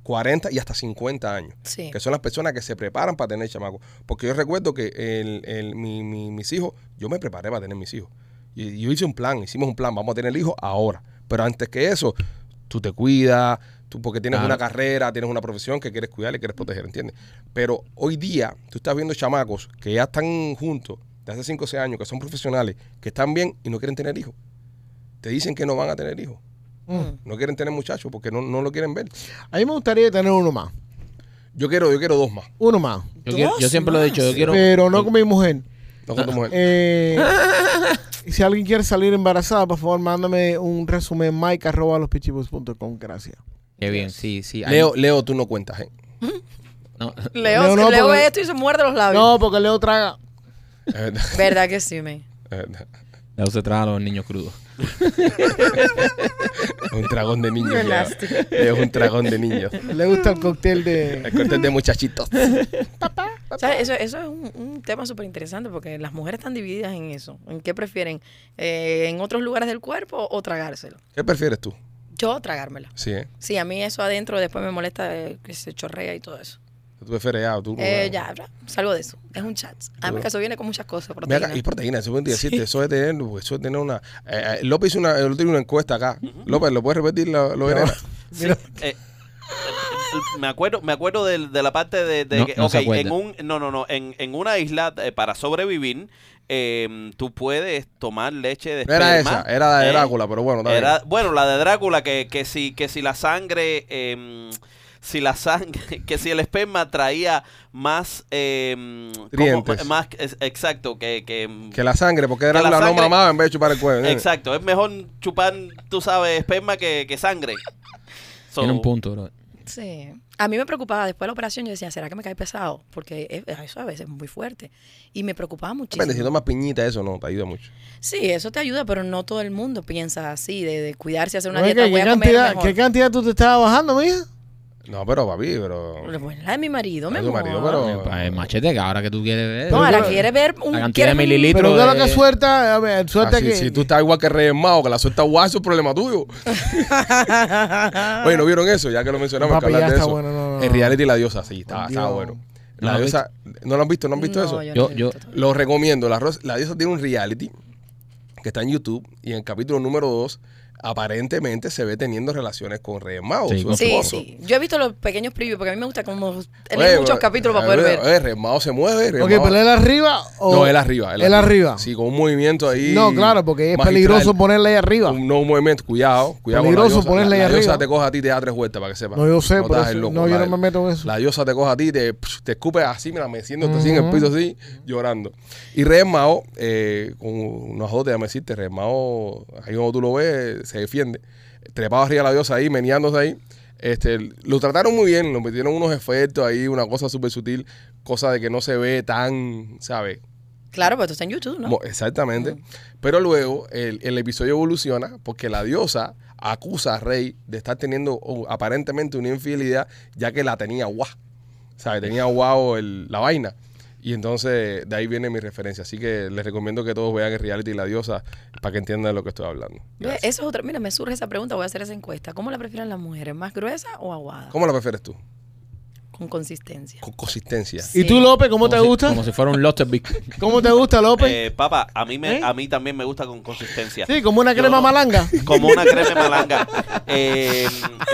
A: 40 y hasta 50 años
E: Sí.
A: que son las personas que se preparan para tener chamacos. Porque yo recuerdo que el, el- mi- mi- mis hijos, yo me preparé para tener mis hijos. Y yo hice un plan, hicimos un plan, vamos a tener el hijo ahora. Pero antes que eso, tú te cuidas, Tú, porque tienes
C: Claro.
A: una carrera, tienes una profesión que quieres cuidar y quieres proteger, ¿entiendes? Pero hoy día tú estás viendo chamacos que ya están juntos de hace 5 o 6 años, que son profesionales, que están bien y no quieren tener hijos. Te dicen que no van a tener hijos. No quieren tener muchachos porque no, no lo quieren ver.
B: Mm. A mí me gustaría tener uno más.
A: Yo quiero, yo quiero dos más.
B: Uno más.
C: Yo, quiero- yo
E: Dos
C: siempre lo he
E: más.
C: dicho, yo quiero...
B: Pero no con mi mujer.
A: No con tu mujer.
B: Eh, y si alguien quiere salir embarazada, por favor, mándame un resumen mike arroba lospichibus.com. Gracias.
C: Qué bien, sí, sí. hay-
A: Leo, Leo, tú no cuentas, ¿eh?
C: no,
E: Leo,
B: No, no,
E: Leo
B: porque-
E: ve esto y se muerde los labios.
B: No, porque Leo traga.
A: Es verdad,
E: ¿Verdad que sí, men?
A: es verdad.
C: Leo se traga a los niños crudos.
A: Un dragón de niños.
E: Qué
A: Leo.
E: nasty.
A: Leo es un dragón de niños.
B: Le gusta el cóctel de.
A: El corte de muchachitos.
E: O sea, eso, eso es un, un tema súper interesante porque las mujeres están divididas en eso. ¿En qué prefieren? Eh, ¿En otros lugares del cuerpo o tragárselo?
A: ¿Qué prefieres tú?
E: Yo tragármela.
A: Sí, ¿eh?
E: Sí, a mí eso adentro después me molesta eh, que se chorrea y todo eso.
A: Tú prefieres ya, tú.
E: Eh, ya, ya, salgo de eso. Es un chat. Además que eso viene con muchas cosas.
A: Ve acá,
E: proteína.
A: y proteína, eso es decirte, eso es tener, eso es tener una. eh, eh, López hizo una, el otro día una encuesta acá. López, ¿lo puedes repetir la- lo era?
D: Sí, eh, eh, me acuerdo, me acuerdo del- de, la parte de, de
C: No,
D: que,
C: no se
D: ok, en
C: acuerda.
D: un, no, no, no, en, en una isla eh, para sobrevivir, eh, tú puedes tomar leche de
A: No era esa,
D: esperma,
A: era la de
D: ¿eh?
A: Drácula, pero bueno, está bien.
D: Era- bueno, la de Drácula, que, que si, que si la sangre, eh, si la sangre, que si el esperma traía más, eh, ¿cómo?
A: Nutrientes.
D: más, es- exacto, que, que,
A: Que la sangre, porque era
D: Que la
A: la no
D: sangre-
A: mamaba en vez de chupar el cuello. ¿eh? ¿entiendes?
D: exacto, es mejor chupar, tú sabes, esperma que, que sangre. So,
C: Tiene un punto, bro.
E: Sí. A mí me preocupaba después de la operación. Yo decía, ¿será que me cae pesado? Porque eh, eso a veces es muy fuerte. Y me preocupaba
A: Depende, si
E: muchísimo.
A: tomas piñita, eso no, te ayuda mucho.
E: Sí, eso te ayuda, pero no todo el mundo piensa así, de, de cuidarse, hacer una
B: Oye,
E: dieta.
B: ¿qué,
E: Voy a comer
B: cantidad,
E: mejor.
B: ¿Qué cantidad tú te estabas bajando, mija?
A: No, pero papi, pero.
E: Bueno, la de mi marido,
A: La
E: me
A: de tu marido, pero-
C: Pa- eh, machete, que ahora que tú quieres ver.
E: No, ahora
C: Pero-
E: quiere ver un...
C: La cantidad
E: quiere
C: de
E: un-
C: mililitros.
B: Pero
C: Litro
B: claro
C: de-
B: que suelta. A ver, suelta
A: Ah, sí,
B: que.
A: Si tú estás igual que Reyes Mao, que la suelta guay, eso es problema tuyo. Oye, ¿no vieron eso? Ya que lo mencionamos,
B: Papi,
A: hay que
B: ya
A: hablar de
B: está
A: eso.
B: bueno, no, no,
A: El
B: no.
A: reality La Diosa, sí, estaba,
B: Por
A: estaba
B: Dios.
A: bueno.
C: ¿No
A: La
C: lo has
A: Diosa, ¿no lo han visto? ¿No han visto
E: No,
A: eso?
E: yo
C: Yo-
E: no
C: yo-
E: sé.
A: Lo recomiendo. La, Ros- la diosa tiene un reality que está en YouTube y en el capítulo número 2 aparentemente se ve teniendo relaciones con Reyes Mao,
C: Sí,
A: su
C: con-
E: Sí,
A: esposo.
E: sí. Yo he visto los pequeños previews porque a mí me gusta como tener
A: Oye,
E: muchos
A: pero-
E: capítulos para poder
A: oye,
E: ver.
A: oye, Reyes Mao se mueve. Reyes
B: Ok,
A: Mao-
B: pero él arriba o.
A: no, él arriba.
B: Él arriba.
A: Sí, con un movimiento ahí.
B: No, claro, porque es
A: magistral.
B: peligroso ponerle ahí arriba.
A: Un- no, un movimiento. Cuidado, cuidado. con la
B: Peligroso
A: diosa.
B: ponerle
A: la,
B: ahí
A: la diosa
B: arriba.
A: te coge a ti y te da tres vueltas para que sepas.
B: No, yo sé, por
A: te hagas
B: eso-
A: el loco.
B: no, yo
A: La-
B: no me meto en eso.
A: La diosa te coge a ti, te, te escupe así, mira, meciéndote así en el piso, así, llorando. Y Reyes Mao, eh, con unos jotes, déjame decirte, Reyes Mao, ahí como tú lo ves, se defiende. Trepado arriba de la diosa ahí, meneándose ahí. Este, lo trataron muy bien, lo metieron unos efectos ahí, una cosa súper sutil, cosa de que no se ve tan, ¿sabes?
E: Claro, pero esto está en YouTube, ¿no?
A: Mo- Exactamente. Pero luego el, el episodio evoluciona porque la diosa acusa a Rey de estar teniendo oh, aparentemente una infidelidad ya que la tenía guau. O sea, que tenía guau el- la vaina. Y entonces de ahí viene mi referencia. Así que les recomiendo que todos vean el reality La Diosa para que entiendan de lo que estoy hablando.
E: Ve, Eso es otra. Mira, me surge esa pregunta, voy a hacer esa encuesta. ¿Cómo la prefieren las mujeres? ¿Más gruesa o aguada?
A: ¿Cómo la prefieres tú?
E: Con consistencia.
A: Con consistencia.
E: Sí.
B: ¿Y tú, López, cómo te
C: como si-
B: gusta?
C: Como si fuera un Loster Big.
B: ¿Cómo te gusta, López?
D: eh, papá, a mí, me,
B: ¿Eh?
D: a mí también me gusta con consistencia.
B: sí, como una
D: yo
B: crema
D: no.
B: malanga.
D: Como una crema malanga. Eh,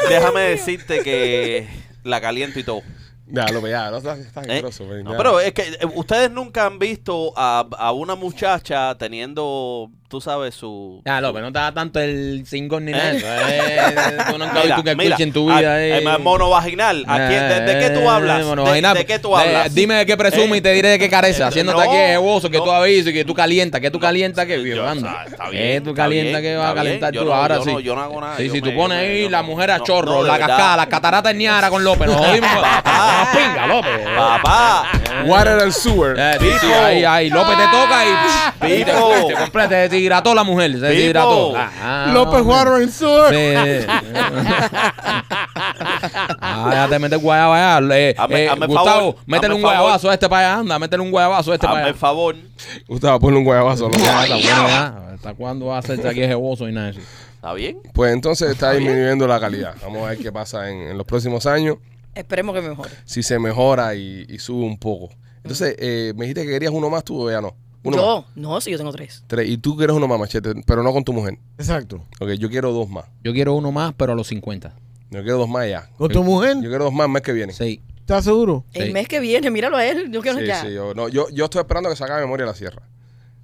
D: déjame decirte que la caliento y todo.
A: Ya, lo ya, no estás estás
D: ¿eh?
A: asqueroso, ven,
D: No,
A: pues, ya.
D: pero es que eh, ustedes nunca han visto a, a una muchacha teniendo, tú sabes, su...
C: Ya, López, no te da tanto el cingón ni
D: ¿Eh?
C: nada. de eso, eh. Tú nunca has
D: Ah, Mira,
C: visto que
D: mira,
C: cuche en tu
D: a-
C: vida. eh.
D: eh, monovaginal. ¿A quién- de, de qué tú
C: Eh,
D: hablas? ¿De-
C: monovaginal.
D: ¿De, qué tú hablas?
C: Eh, dime de qué presume
D: Eh,
C: y te diré de qué carece.
D: eh,
C: Haciéndote
D: no,
C: aquí el bozo que
D: no.
C: tú avisas y que tú calientas. Que tú calientas que vive,
D: Yo,
C: anda.
D: o sea, está
C: Eh,
D: bien,
C: tú
D: está
C: calientas
D: bien,
C: que vas a
D: está bien.
C: calentar
D: Yo
C: tú
D: no-
C: ahora
D: yo
C: sí.
D: no- yo no hago nada,
C: Sí,
D: yo
C: si tú
D: me-
C: pones
D: yo me-
C: ahí
D: yo
C: la
D: no-
C: mujer a
D: no,
C: chorro,
D: no, de
C: la
D: verdad.
C: cascada, las cataratas ñara con López. Nos jodimos.
D: Papá.
C: Pinga, López.
D: eh, Papá.
A: Water and Sewer.
C: Eh, sí, sí,
D: Pipo.
C: ahí, ahí. López te toca y. y te-
D: Pipo.
C: Te compré, te deshidrató la mujer. Se deshidrató. Ah, ah,
B: López
C: hombre.
B: Water and Sewer.
C: Sí. ah, déjate meter guayaba allá. Eh,
D: Hazme-
C: eh,
D: hazme
C: Gustavo,
D: favor,
C: métele
D: hazme
C: un
D: favor.
C: guayabazo a este para allá, anda, métele un guayabazo a este para
D: Hazme el
C: allá.
D: favor.
A: Gustavo, ponle un guayabazo. loco.
C: Ya, está bueno ya. ¿Hasta cuándo va a hacerse aquí ese bozo y nada de eso?
D: ¿Está bien?
A: Pues entonces está disminuyendo la calidad. Vamos a ver qué pasa en- en los próximos años.
E: Esperemos que mejore.
A: si se mejora y, y sube un poco. Entonces, eh, me dijiste que querías uno más tú o ya no. Uno más.
E: Yo, no, si yo tengo tres.
A: Tres. Y tú quieres uno más, machete, pero no con tu mujer.
B: Exacto.
A: Ok, yo quiero dos más.
C: Yo quiero uno más, pero a los 50.
A: Yo quiero dos más ya.
B: ¿Con tu
A: Yo
B: mujer?
A: quiero dos más el mes que viene.
C: Sí.
B: ¿Estás seguro?
E: El
C: Sí.
E: mes que viene, míralo a él. Yo quiero
A: Sí,
E: ya.
A: sí, yo, no, yo, yo estoy esperando que se acabe Memoria de la Sierra.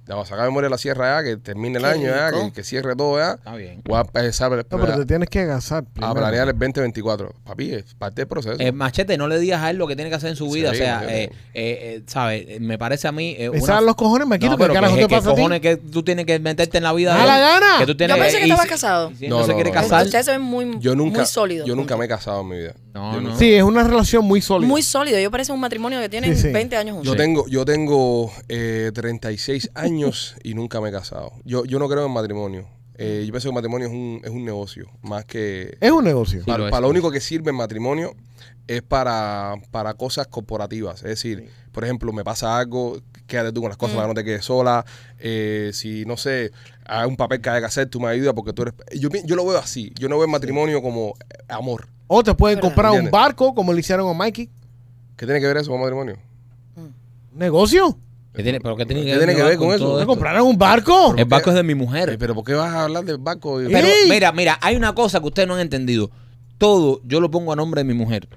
A: Ya va a sacar Memoria de la Sierra ya, que termine el
E: Qué
A: año ya,
E: rico.
A: que, que cierre todo ya.
C: Está bien.
A: Voy a empezar
B: No, pero te
A: a,
B: tienes que gasar.
C: Ah,
A: a planear el 2024. Papi, es parte del proceso.
C: Eh, machete, no le digas a él lo que tiene que hacer en su vida.
A: Sí,
C: o sea,
A: Machete.
C: eh, eh, eh, ¿sabes? Eh, Me parece a mí. eh,
B: Me
C: una-
B: salen los cojones, me quito.
C: No,
B: ¿Qué
C: pero que,
B: carajo
C: que-
B: te
C: que
B: pasa a ti?
C: cojones que tú tienes que meterte en la vida.
B: ¡A
C: de
B: la
C: él?
B: gana!
C: Que tú tienes,
E: Yo pensé que
C: y
E: estabas
C: si-
E: casado.
C: y si él
A: No,
C: no, se
A: no,
C: quiere
A: no, no.
C: casar.
E: Ustedes se ven muy,
A: yo nunca,
E: muy sólidos.
A: Yo nunca me he casado en mi vida.
C: No,
A: yo
C: no.
B: Sí, es una relación muy sólida.
E: Muy sólido. Yo parece un matrimonio que tiene
B: Sí, sí.
E: 20 años juntos.
A: Yo tengo, yo tengo eh, 36 años y nunca me he casado. Yo, yo no creo en matrimonio. Eh, yo pienso que el matrimonio es un, es un negocio, más que...
B: Es un negocio.
A: para,
C: lo es,
A: para
C: lo
A: lo único que sirve el matrimonio es para, para cosas corporativas. Es decir, por ejemplo, me pasa algo, quédate tú con las cosas para que no te quedes sola. Eh, si, no sé, hay un papel que hay que hacer, tú me ayudas porque tú eres... Yo, pi- yo lo veo así. Yo no veo el matrimonio como eh, amor.
B: O te pueden
E: Verdad.
B: comprar un
A: ¿Entiendes?
B: barco, como le hicieron a Mikey.
A: ¿Qué tiene que ver eso con matrimonio?
B: ¿Negocio?
C: ¿Qué tiene, pero qué tiene
A: ¿Qué
C: que,
A: tiene que ver con eso?
C: todo
A: No
B: ¿Me
C: esto?
B: compraron un barco?
C: El barco es de mi
A: Eh,
C: mujer.
A: pero ¿por qué vas a hablar del barco?
C: Pero
B: ¡Ey!
C: mira, mira, hay una cosa que ustedes no han entendido. Todo yo lo pongo a nombre de mi mujer.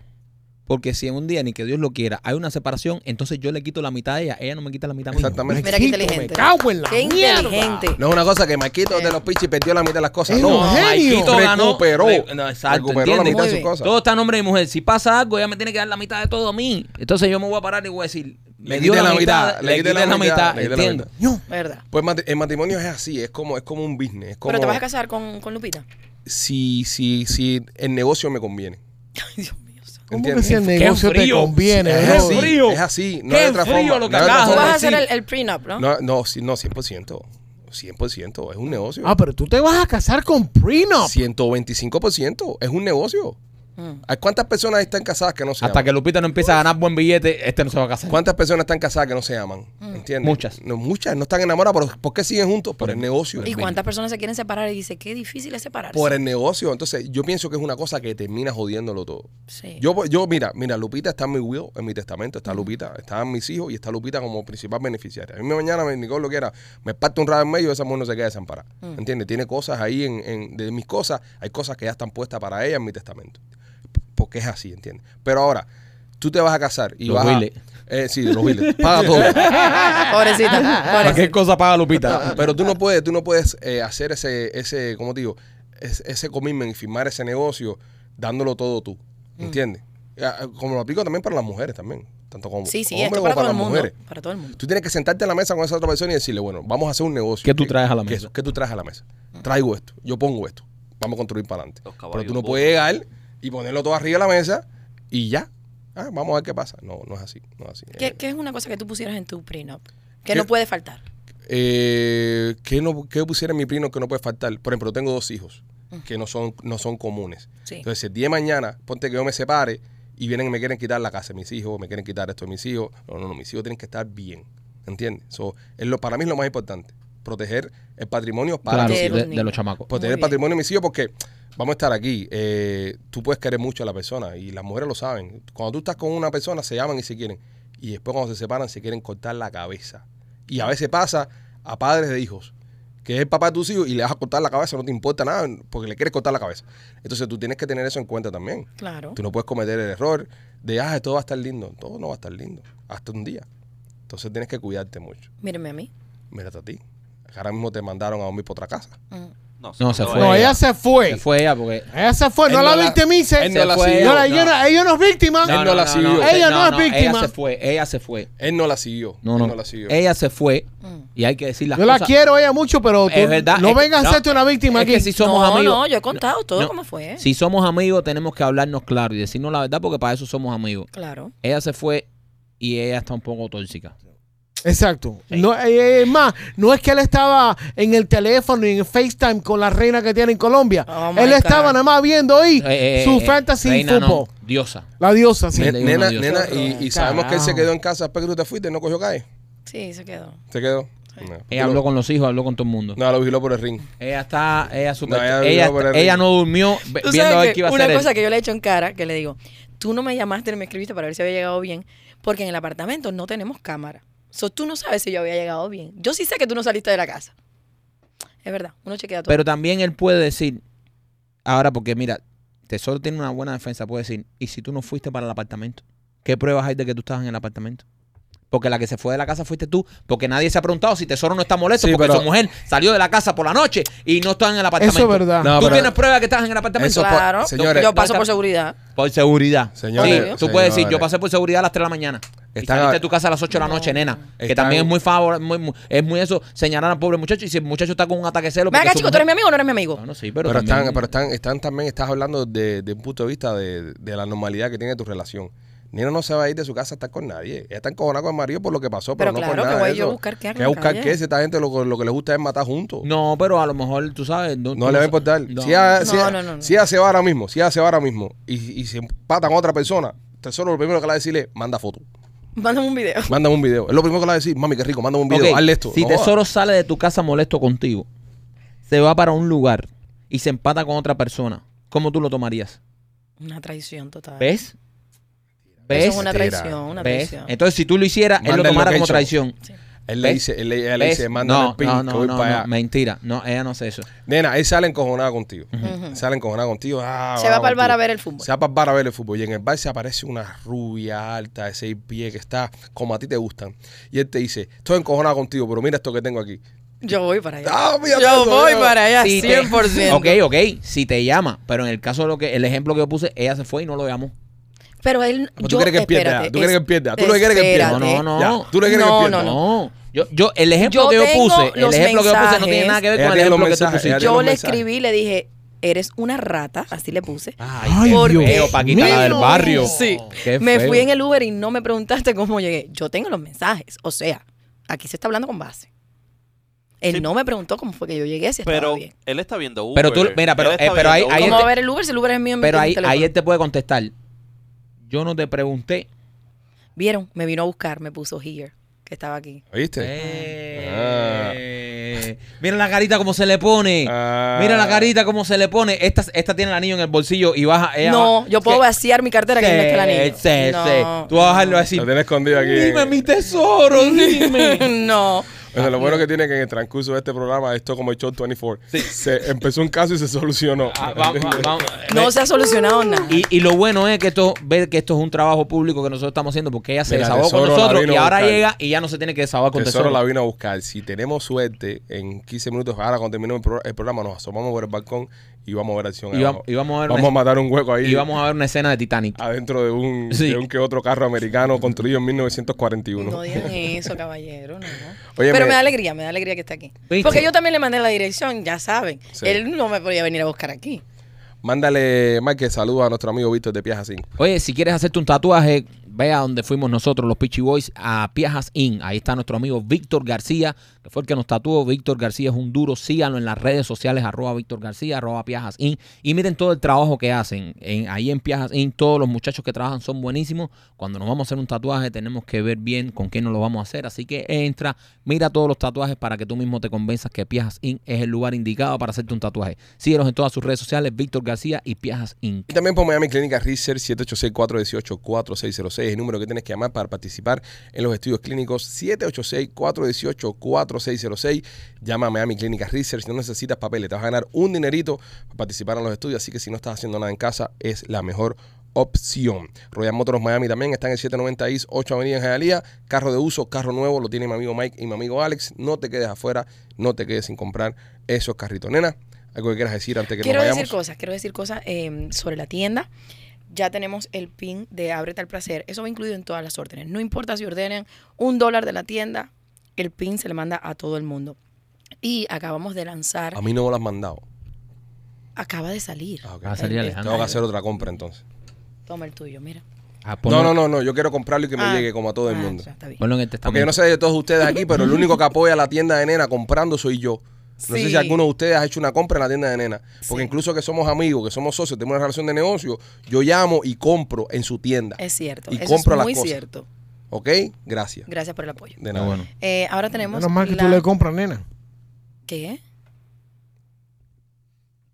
C: Porque si en un día, ni que Dios lo quiera, hay una separación, entonces yo le quito la mitad a ella, ella no me quita la mitad a mí.
A: Exactamente.
E: Mira qué inteligente.
B: Me cago en la
E: Qué
B: mierda.
E: inteligente.
A: No es una cosa que Maquito de los Pichis perdió la mitad de las cosas.
B: Es
A: no,
B: un
C: eh.
B: genio.
A: Maquito ganó. Recuperó.
C: Re- no, exacto,
A: recuperó la mitad
C: ¿entiendes?
A: de
E: Muy
A: sus
E: bien.
A: cosas.
C: Todo está a nombre de mi mujer. Si pasa algo, ella me tiene que dar la mitad de todo a mí. Entonces yo me voy a parar y voy a decir, me
A: Le
C: dio
A: quité
C: la mitad, le quité la mitad,
A: le quité la
C: entiendo.
A: mitad.
B: Ño.
E: ¿Verdad?
A: Pues mati- el matrimonio es así, es como, es como un business. Es como,
E: Pero te vas a casar con, con Lupita.
A: Si, si, si el negocio me conviene.
E: Ay, Dios mío. santo.
B: ¿Cómo que
A: ¿Entiendes?
B: si el
C: Qué
B: negocio te
C: frío.
B: conviene?
A: Es
B: bro?
A: así,
C: frío.
A: es así. No
C: Qué
A: hay otra
C: frío
A: forma.
C: lo que
A: no hay otra
C: acabas
E: Tú
C: de
A: forma.
E: vas a
C: decir.
E: hacer el, el prenup, ¿no?
A: No, no, sí, no, 100%. 100%, es un negocio.
B: Ah, pero tú te vas a casar con Prenup.
A: 125%, es un negocio.
E: Mm.
A: ¿Hay ¿Cuántas personas están casadas que no se
C: Hasta
A: aman?
C: que Lupita no empiece a ganar buen billete, este no se va a casar.
A: ¿Cuántas personas están casadas que no se aman?
E: Mm.
A: ¿Entiendes?
C: Muchas. Mm.
A: No, muchas, no están enamoradas, pero ¿por qué siguen juntos? Por el negocio.
E: ¿Y cuántas personas se quieren separar? Y dice, qué difícil es separarse.
A: Por el negocio. Entonces, yo pienso que es una cosa que termina jodiéndolo todo.
E: Sí. Mm.
A: Yo, yo, mira, mira, Lupita está en mi will, en mi testamento, está Lupita, están mis hijos y está Lupita como principal beneficiaria. A mí mañana, me- Nicole lo quiera, me parte un rayo en medio, esa mujer no se queda desamparada.
E: Mm.
A: ¿Entiendes? Tiene cosas ahí, en, en- de mis cosas, hay cosas que ya están puestas para ella en mi testamento. Porque es así, ¿entiendes? Pero ahora, tú te vas a casar y
C: Los
A: vas a-
C: biles.
A: eh, sí, los biles. Paga todo.
E: Ah, Pobrecita.
C: ¿Para
E: pobrecita.
C: qué cosa paga Lupita?
A: Pero tú no puedes, tú no puedes eh, hacer ese, ese, ¿cómo te digo? Es- ese commitment y firmar ese negocio dándolo todo tú.
E: Mm.
A: ¿Entiendes? Ah, Como lo aplico también para las mujeres también. Tanto como,
E: Sí, sí,
A: como
E: esto
A: hombres como
E: es para todo
A: para
E: el
A: las
E: mundo.
A: mujeres.
E: Para todo el mundo.
A: Tú tienes que sentarte a la mesa con esa otra persona y decirle, bueno, vamos a hacer un negocio.
C: ¿Qué tú traes a la
A: ¿Qué-
C: mesa?
A: ¿Qué tú traes a la mesa?
E: Mm.
A: Traigo esto, yo pongo esto. Vamos a construir para adelante.
D: Los caballos
A: Pero tú no
D: votan.
A: puedes llegar y ponerlo todo arriba de la mesa y ya. Ah, vamos a ver qué pasa. No, no es así. No es así.
E: ¿Qué,
A: Eh,
E: qué es una cosa que tú pusieras en tu prenup? Que
A: ¿Qué?
E: no puede faltar.
A: Eh, ¿qué, no, qué pusiera en mi primo que no puede faltar? Por ejemplo, yo tengo dos hijos que no son, no son comunes.
E: Sí.
A: Entonces, si el día de mañana, ponte que yo me separe y vienen y me quieren quitar la casa de mis hijos, me quieren quitar esto de mis hijos. No, no, no, mis hijos tienen que estar bien. ¿Entiendes? So, es lo, para mí es lo más importante. Proteger el patrimonio para
C: Claro,
A: los
C: de,
A: hijos.
E: los
C: de
E: niños.
C: los chamacos.
E: Muy
A: Proteger Pues el
E: bien.
A: patrimonio de mis hijos porque vamos a estar aquí. eh, tú puedes querer mucho a la persona y las mujeres lo saben. Cuando tú estás con una persona, se aman y se quieren. Y después cuando se separan, se quieren cortar la cabeza. Y a veces pasa a padres de hijos, que es el papá de tus hijos y le vas a cortar la cabeza, no te importa nada porque le quieres cortar la cabeza. Entonces tú tienes que tener eso en cuenta también.
E: Claro.
A: Tú no puedes cometer el error de, ah, todo va a estar lindo. Todo no va a estar lindo. Hasta un día. Entonces tienes que cuidarte mucho.
E: Mírenme a mí.
A: Mírate a ti. Ahora mismo te mandaron a dormir por otra casa.
E: Mm.
D: No, eh,
C: No, se
D: acabó.
C: fue.
B: No, ella se fue.
C: Se fue ella porque...
B: Ella se fue.
A: Él
B: No
A: no
B: la
A: la-
B: victimice.
A: él no la
B: Se fue.
A: siguió.
B: No la- ella, no, ella no es víctima.
A: Él no la siguió.
B: Ella no es víctima.
C: Ella se fue, ella se fue.
A: Él no la siguió.
C: No,
A: él
C: no.
A: la siguió.
C: ella se fue
E: Mm.
C: y hay que decir las
B: Yo
C: cosas.
B: la quiero ella mucho, pero tú
C: Es verdad.
B: no
C: es que-
B: vengas a hacerte una víctima
C: es
B: aquí. eh.
C: que si somos
E: no,
C: amigos.
E: no, yo he contado todo
C: no.
E: como fue.
C: Si somos amigos, tenemos que hablarnos claro y decirnos la verdad porque para eso somos amigos.
E: Claro.
C: Ella se fue y ella está un poco tóxica.
B: Exacto. No, eh, es más, no es que él estaba en el teléfono y en el FaceTime con la reina que tiene en Colombia.
E: Oh, my
B: él
E: God.
B: estaba nada más viendo ahí
C: Eh, eh,
B: su
C: eh,
B: fantasy
C: reina no,
B: football.
C: diosa.
B: La diosa, sí.
A: Ne-
C: le digo
A: nena,
C: adiós.
A: nena, y, y sabemos que él se
B: Carajo.
A: quedó en casa después que tú te fuiste, no cogió calle.
E: Sí, se quedó.
A: Se quedó.
E: Sí.
A: No,
C: Ella habló con los hijos, habló con todo el mundo.
A: No, lo vigiló por el ring.
C: Eh, Ella está, ella super,
A: No, ella
C: ella,
A: durmió por
C: está-
A: el
C: ella
A: ritmo.
C: no durmió ve- viendo
E: Tú
C: a
E: sabes
C: ver
E: que
C: qué iba a
E: una
C: hacer él.
E: cosa que yo le he hecho en cara, que le digo, tú no me llamaste ni me escribiste para ver si había llegado bien, porque en el apartamento no tenemos cámara. So, tú no sabes si yo había llegado bien. Yo sí sé que tú no saliste de la casa. Es verdad, uno chequea todo.
C: Pero también él puede decir, ahora porque mira, Tesoro tiene una buena defensa, puede decir, ¿y si tú no fuiste para el apartamento? ¿Qué pruebas hay de que tú estabas en el apartamento? Porque la que se fue de la casa fuiste tú, porque nadie se ha preguntado si Tesoro no está molesto,
A: Sí,
C: porque
A: pero-
C: su mujer salió de la casa por la noche y no está en el apartamento.
B: Eso es verdad.
A: No,
C: ¿Tú
A: pero-
C: tienes pruebas de que estabas en el apartamento?
A: Eso por-
E: claro,
A: señores-
E: yo paso por seguridad.
C: Por seguridad.
A: Señores,
C: sí, tú puedes decir,
A: señores.
C: yo pasé por seguridad a las 3 de la mañana. y
A: Están-
C: saliste de tu casa a las 8 de la noche, nena. que
A: Están-
C: también es muy favorable, muy, muy- es muy eso, señalar al pobre muchacho. Y si el muchacho está con un ataque de celo.
E: Venga,
C: porque su
E: chico, ¿tú eres mi
C: mujer-
E: amigo o no eres mi amigo?
C: Bueno, sí, pero,
A: Pero,
C: también-
A: están, pero están, están también, estás hablando de, de un punto de vista de, de la normalidad que tiene tu relación. Nina no se va a ir de su casa a estar con nadie. Ella está encojonada con el marido por lo que pasó, pero,
E: Pero
A: no
E: claro,
A: por
E: que
A: nada.
E: voy
A: de
E: yo a
A: eso.
E: buscar qué hago
A: Que
E: en la
A: buscar
E: calle.
A: qué, si esta gente lo, lo que les gusta es matar juntos. No,
C: No, pero a lo mejor, tú sabes. No, tú
A: le va a
C: sa-
A: importar. ah,
C: No.
A: Si, ella, si
E: No,
A: ella-
E: no, no, no.
A: si ella se va ahora mismo, si ella se va ahora mismo y, y se empatan a otra persona, tesoro lo primero que le va a decirle, manda foto,
E: Mándame un video.
A: mándame un video. Es lo primero que le va a decir, mami, qué rico, mándame un video,
C: Ok,
A: hazle esto.
C: Si
A: No jodas.
C: Tesoro sale de tu casa molesto contigo, se va para un lugar y se empata con otra persona, ¿cómo tú lo tomarías?
E: Una traición total.
C: ¿Ves?
E: Eso
C: ¿Ves?
E: es una
A: Mentira.
E: traición, una
C: ¿Ves?
E: traición.
C: Entonces, si tú lo hicieras, él lo
A: Manda el
C: tomara como
A: location.
C: traición.
A: Él le
C: ¿Ves?
A: dice, él, le- ella le
C: ¿Ves?
A: dice, mándame
C: no,
A: el pin,
C: no,
A: que
C: no,
A: voy
C: no,
A: para
C: no,
A: allá.
C: mentira. No, ella no hace eso.
A: Nena, él sale encojonada contigo.
E: Ujú.
A: Sale encojonada contigo. ah,
E: Se va para el bar
A: contigo.
E: a ver el fútbol.
A: Se va para el bar a ver el fútbol. Y en el bar se aparece una rubia alta de seis pies que está como a ti te gustan. Y él te dice, estoy encojonada contigo, pero mira esto que tengo aquí.
E: Yo voy para allá.
A: Ah, mira
E: yo
A: eso,
E: voy
A: mira.
E: para allá,
C: Si te-
E: 100%.
C: Ok, ok, si te llama, pero en el caso de lo que el ejemplo que yo puse, ella se fue y no lo llamó.
E: Pero él.
A: Pero tú
E: yo-
A: quieres que pierda,
E: espérate,
A: tú quieres que
E: es-
A: pierda, tú lo que quieres que pierda.
E: espérate.
C: No, no, no.
A: Ya, tú le quieres
E: No,
A: que
E: no,
A: pierda.
C: No, yo, yo el ejemplo
E: Yo
C: que yo
E: tengo
C: puse, el
E: los
C: ejemplo que yo puse no tiene
E: mensajes.
C: nada que ver
A: Ella tiene
C: con el
A: los
C: ejemplo que tú
A: mensajes, ella
C: pusiste.
A: tiene
E: Yo
A: los
E: le
A: mensajes.
E: escribí y le dije, eres una rata, así le
A: Ah,
E: puse.
C: Ay,
B: Ay,
E: Porque-
C: Dios mío, Paquita, la del barrio.
E: Sí.
C: Qué
E: Me
C: feo.
E: fui en el Uber y no me preguntaste cómo llegué. Yo tengo los mensajes. O sea, aquí se está hablando con base. Él
D: Sí.
E: no me preguntó cómo fue que yo llegué, si estaba
D: Pero
E: bien.
D: él está viendo Uber.
C: Pero tú- mira, pero,
D: Él está
C: eh, pero
D: viendo
C: ahí-
D: Uber.
E: ¿Cómo va
C: él-
E: a ver el Uber si el Uber es mío? este en mi-
C: Pero
E: en mi
C: ahí,
E: teléfono?
C: ahí él te puede contestar. Yo no te pregunté.
E: Vieron, me vino a buscar, me puso here, que estaba aquí.
A: ¿Oíste?
C: Eh, Mira la carita como se le pone.
A: Ah.
C: Mira la carita como se le pone. Esta, esta tiene el anillo en el bolsillo y baja. ella
E: no,
C: va-
E: yo puedo
C: Sí,
E: vaciar mi cartera que
C: sí,
E: me está el anillo.
C: Eh, ah, sí,
E: no,
C: sí. Tú vas a bajarlo así.
A: Lo tiene escondido aquí.
C: Dime mi tesoro, dime.
E: no.
A: Bueno, lo bueno que tiene que en el transcurso de este programa, esto como el show 24, se empezó un caso y se solucionó.
C: Ah, va- va- va-
E: No se ha solucionado nada.
C: Y, y lo bueno es que esto, ver que esto es un trabajo público que nosotros estamos haciendo porque ella se
A: Mira,
C: desahogó con
A: Tesoro la
C: nosotros
A: vino
C: y
A: a
C: ahora
A: buscar.
C: llega y ya no se tiene que desahogar con
A: Tesoro
C: tesoro.
A: la vino a buscar. Si tenemos suerte, en 15 minutos, ahora cuando terminemos el, pro- el programa, nos asomamos por el balcón y vamos a ver acción.
C: Y va-
A: abajo.
C: y vamos a ver una-
A: matar un hueco ahí.
C: Y vamos a ver una escena de Titanic.
A: Adentro de un,
C: Sí.
A: de un que otro carro americano construido en 1941.
E: No digan eso, caballero, no.
A: Oye,
E: Pero
A: me-
E: me... da alegría, me da alegría que está aquí.
C: ¿Viste?
E: Porque yo también le mandé la dirección, ya saben.
A: Sí.
E: Él no me podía venir a buscar aquí.
A: Mándale, Mike, saludos a nuestro amigo Víctor de Piaja 5.
C: Oye, si quieres hacerte un tatuaje, ve a donde fuimos nosotros, los Peachy Boys, a Piajas Inn. Ahí está nuestro amigo Víctor García, que fue el que nos tatuó. Víctor García es un duro. Síganlo en las redes sociales, arroba Víctor García, arroba Piajas Inn. Y miren todo el trabajo que hacen. En- ahí en Piajas Inn, todos los muchachos que trabajan son buenísimos. Cuando nos vamos a hacer un tatuaje, tenemos que ver bien con quién nos lo vamos a hacer. Así que entra, mira todos los tatuajes para que tú mismo te convenzas que Piajas Inn es el lugar indicado para hacerte un tatuaje. Síguelos en todas sus redes sociales, Víctor García y Piajas Inn.
A: Y también por Miami Clínica Research 786-418-4606, el número que tienes que llamar para participar en los estudios clínicos 786-418-4606. Llama a Miami Clínica Research, no necesitas papeles, te vas a ganar un dinerito para participar en los estudios, así que si no estás haciendo nada en casa es la mejor opción. Royal Motors Miami también está en el 790 East 8 Avenida en Hialeah. Carro de uso, carro nuevo, lo tiene mi amigo Mike y mi amigo Alex. No te quedes afuera, no te quedes sin comprar esos carritos. Nena, algo que quieras decir antes que
E: quiero
A: nos
E: decir
A: vayamos.
E: cosas, quiero decir cosas eh, sobre la tienda. Ya tenemos el pin de Ábrete al Placer. Eso va incluido en todas las órdenes. No importa si ordenan un dólar de la tienda, el pin se le manda a todo el mundo. Y acabamos de lanzar,
A: a mí no me lo has mandado.
E: acaba de salir.
A: Ah, ok.
C: Va a salir
E: El- el-
C: Alejandro.
A: Tengo que hacer otra compra entonces.
E: Toma el tuyo, mira.
C: Ah, ponlo-
A: No, no, no, no. Yo quiero comprarlo y que me
E: Ah,
A: llegue como a todo el
E: ah,
A: mundo.
E: ya está bien.
C: Ponlo en el testamento.
A: Porque yo no sé de todos ustedes aquí, pero el único que apoya la tienda de nena comprando soy yo. No sé
E: Sí.
A: si alguno de ustedes ha hecho una compra en la tienda de nena. Porque
E: Sí.
A: incluso que somos amigos, que somos socios, tenemos una relación de negocio, yo llamo y compro en su tienda.
E: Es cierto.
A: Y
E: eso
A: compro
E: es
A: las
E: muy
A: cosas.
E: cierto.
A: ¿Ok? Gracias.
E: Gracias por el apoyo.
A: De
C: Está
A: nada.
C: Ah, bueno.
E: Eh, ahora tenemos.
B: Menos mal que
E: la-
B: tú le compras, nena.
E: ¿Qué?
A: Que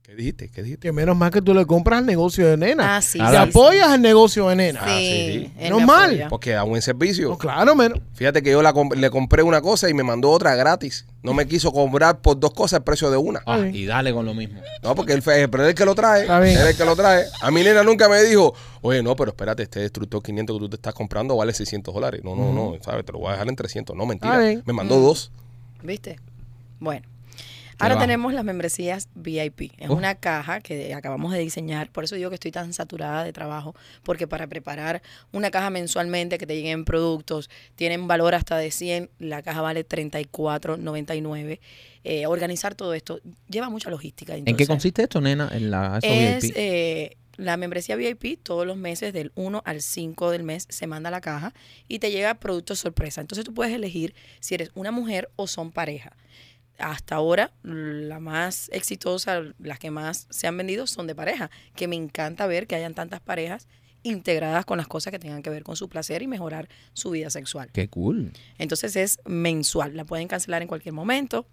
A: ¿Qué dijiste? ¿Qué dijiste?
B: Que menos mal que tú le compras al negocio de nena.
E: Ah, sí,
B: Te
E: sí,
B: apoyas al negocio de nena.
A: Ah, sí, sí.
E: él me
B: No mal.
E: apoya.
A: Porque da buen servicio.
B: No, claro, menos.
A: Fíjate que yo la comp- le compré una cosa y me mandó otra gratis. No me quiso cobrar por dos cosas el precio de una.
C: Ah, y dale con lo mismo.
A: No, porque él, fue- pero él es el que lo trae.
B: Está bien.
A: Él es el que lo trae. A mi nena nunca me dijo, oye, no, pero espérate, este destructor 500 que tú te estás comprando vale 600 dólares. No, no, no, ¿sabes? Te lo voy a dejar en 300. No, mentira.
B: Está bien.
A: Me mandó dos.
E: ¿Viste? Bueno. Ahora
C: bajo.
E: tenemos las membresías VIP. Es
C: Oh.
E: una caja que acabamos de diseñar. Por eso digo que estoy tan saturada de trabajo. Porque para preparar una caja mensualmente que te lleguen productos, tienen valor hasta de 100. La caja vale 34.99. Eh, organizar todo esto lleva mucha logística.
C: ¿En qué
E: entonces.
C: consiste esto, nena? En la eso
E: Es
C: VIP.
E: eh, la membresía VIP, todos los meses del 1 al 5 del mes se manda a la caja y te llega producto sorpresa. Entonces tú puedes elegir si eres una mujer o son pareja. Hasta ahora, la más exitosa, las que más se han vendido son de pareja, que me encanta ver que hayan tantas parejas integradas con las cosas que tengan que ver con su placer y mejorar su vida sexual.
C: Qué cool.
E: Entonces es mensual, la pueden cancelar en cualquier momento.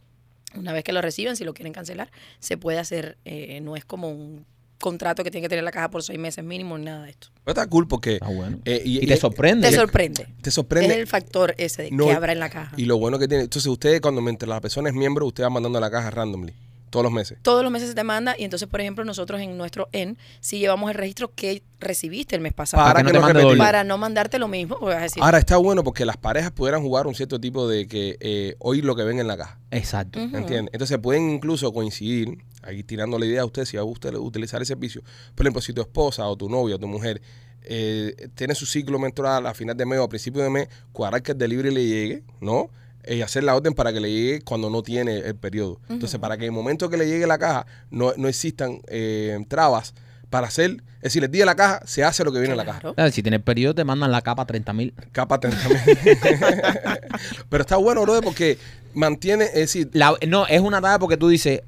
E: Una vez que lo reciben, si lo quieren cancelar, se puede hacer, eh, no es como un contrato que tiene que tener la caja por seis meses mínimo, ni nada de esto.
A: Pero está cool porque
C: Está bueno.
A: eh, y,
C: Ah. y, te
A: y-
C: sorprende.
E: Te sorprende.
A: te sorprende.
E: Es el factor ese de
A: No,
E: que habrá en la caja.
A: Y lo bueno que tiene. Entonces, ustedes, cuando mientras la persona es miembro, usted va mandando la caja randomly. Todos los meses.
E: Todos los meses se te manda y entonces, por ejemplo, nosotros en nuestro EN, si llevamos el registro que recibiste el mes pasado.
C: Para que no te mande
A: repetimos.
C: doble.
E: Para no mandarte lo mismo, porque vas a decir,
A: Ahora está bueno porque las parejas pudieran jugar un cierto tipo de que eh, oír lo que ven en la caja.
C: Exacto.
E: Ujú.
A: ¿Entiendes? Entonces pueden incluso coincidir, aquí tirando la idea a usted, si a usted le utilizar el servicio. Por ejemplo, si tu esposa o tu novia o tu mujer eh, tiene su ciclo menstrual a final de mes o a principio de mes, cuadrar que el delivery le llegue, ¿no? Eh, Y hacer la orden para que le llegue cuando no tiene el periodo. Entonces, para que en el momento que le llegue la caja no, no existan eh, trabas para hacer, es decir, el día de la caja se hace lo que viene en la caja.
E: claro.
C: Claro, si tienes periodo, te mandan la capa 30 mil.
A: Capa también. Pero está bueno, brother, porque mantiene, es decir,
C: No, es una tarea porque tú dices.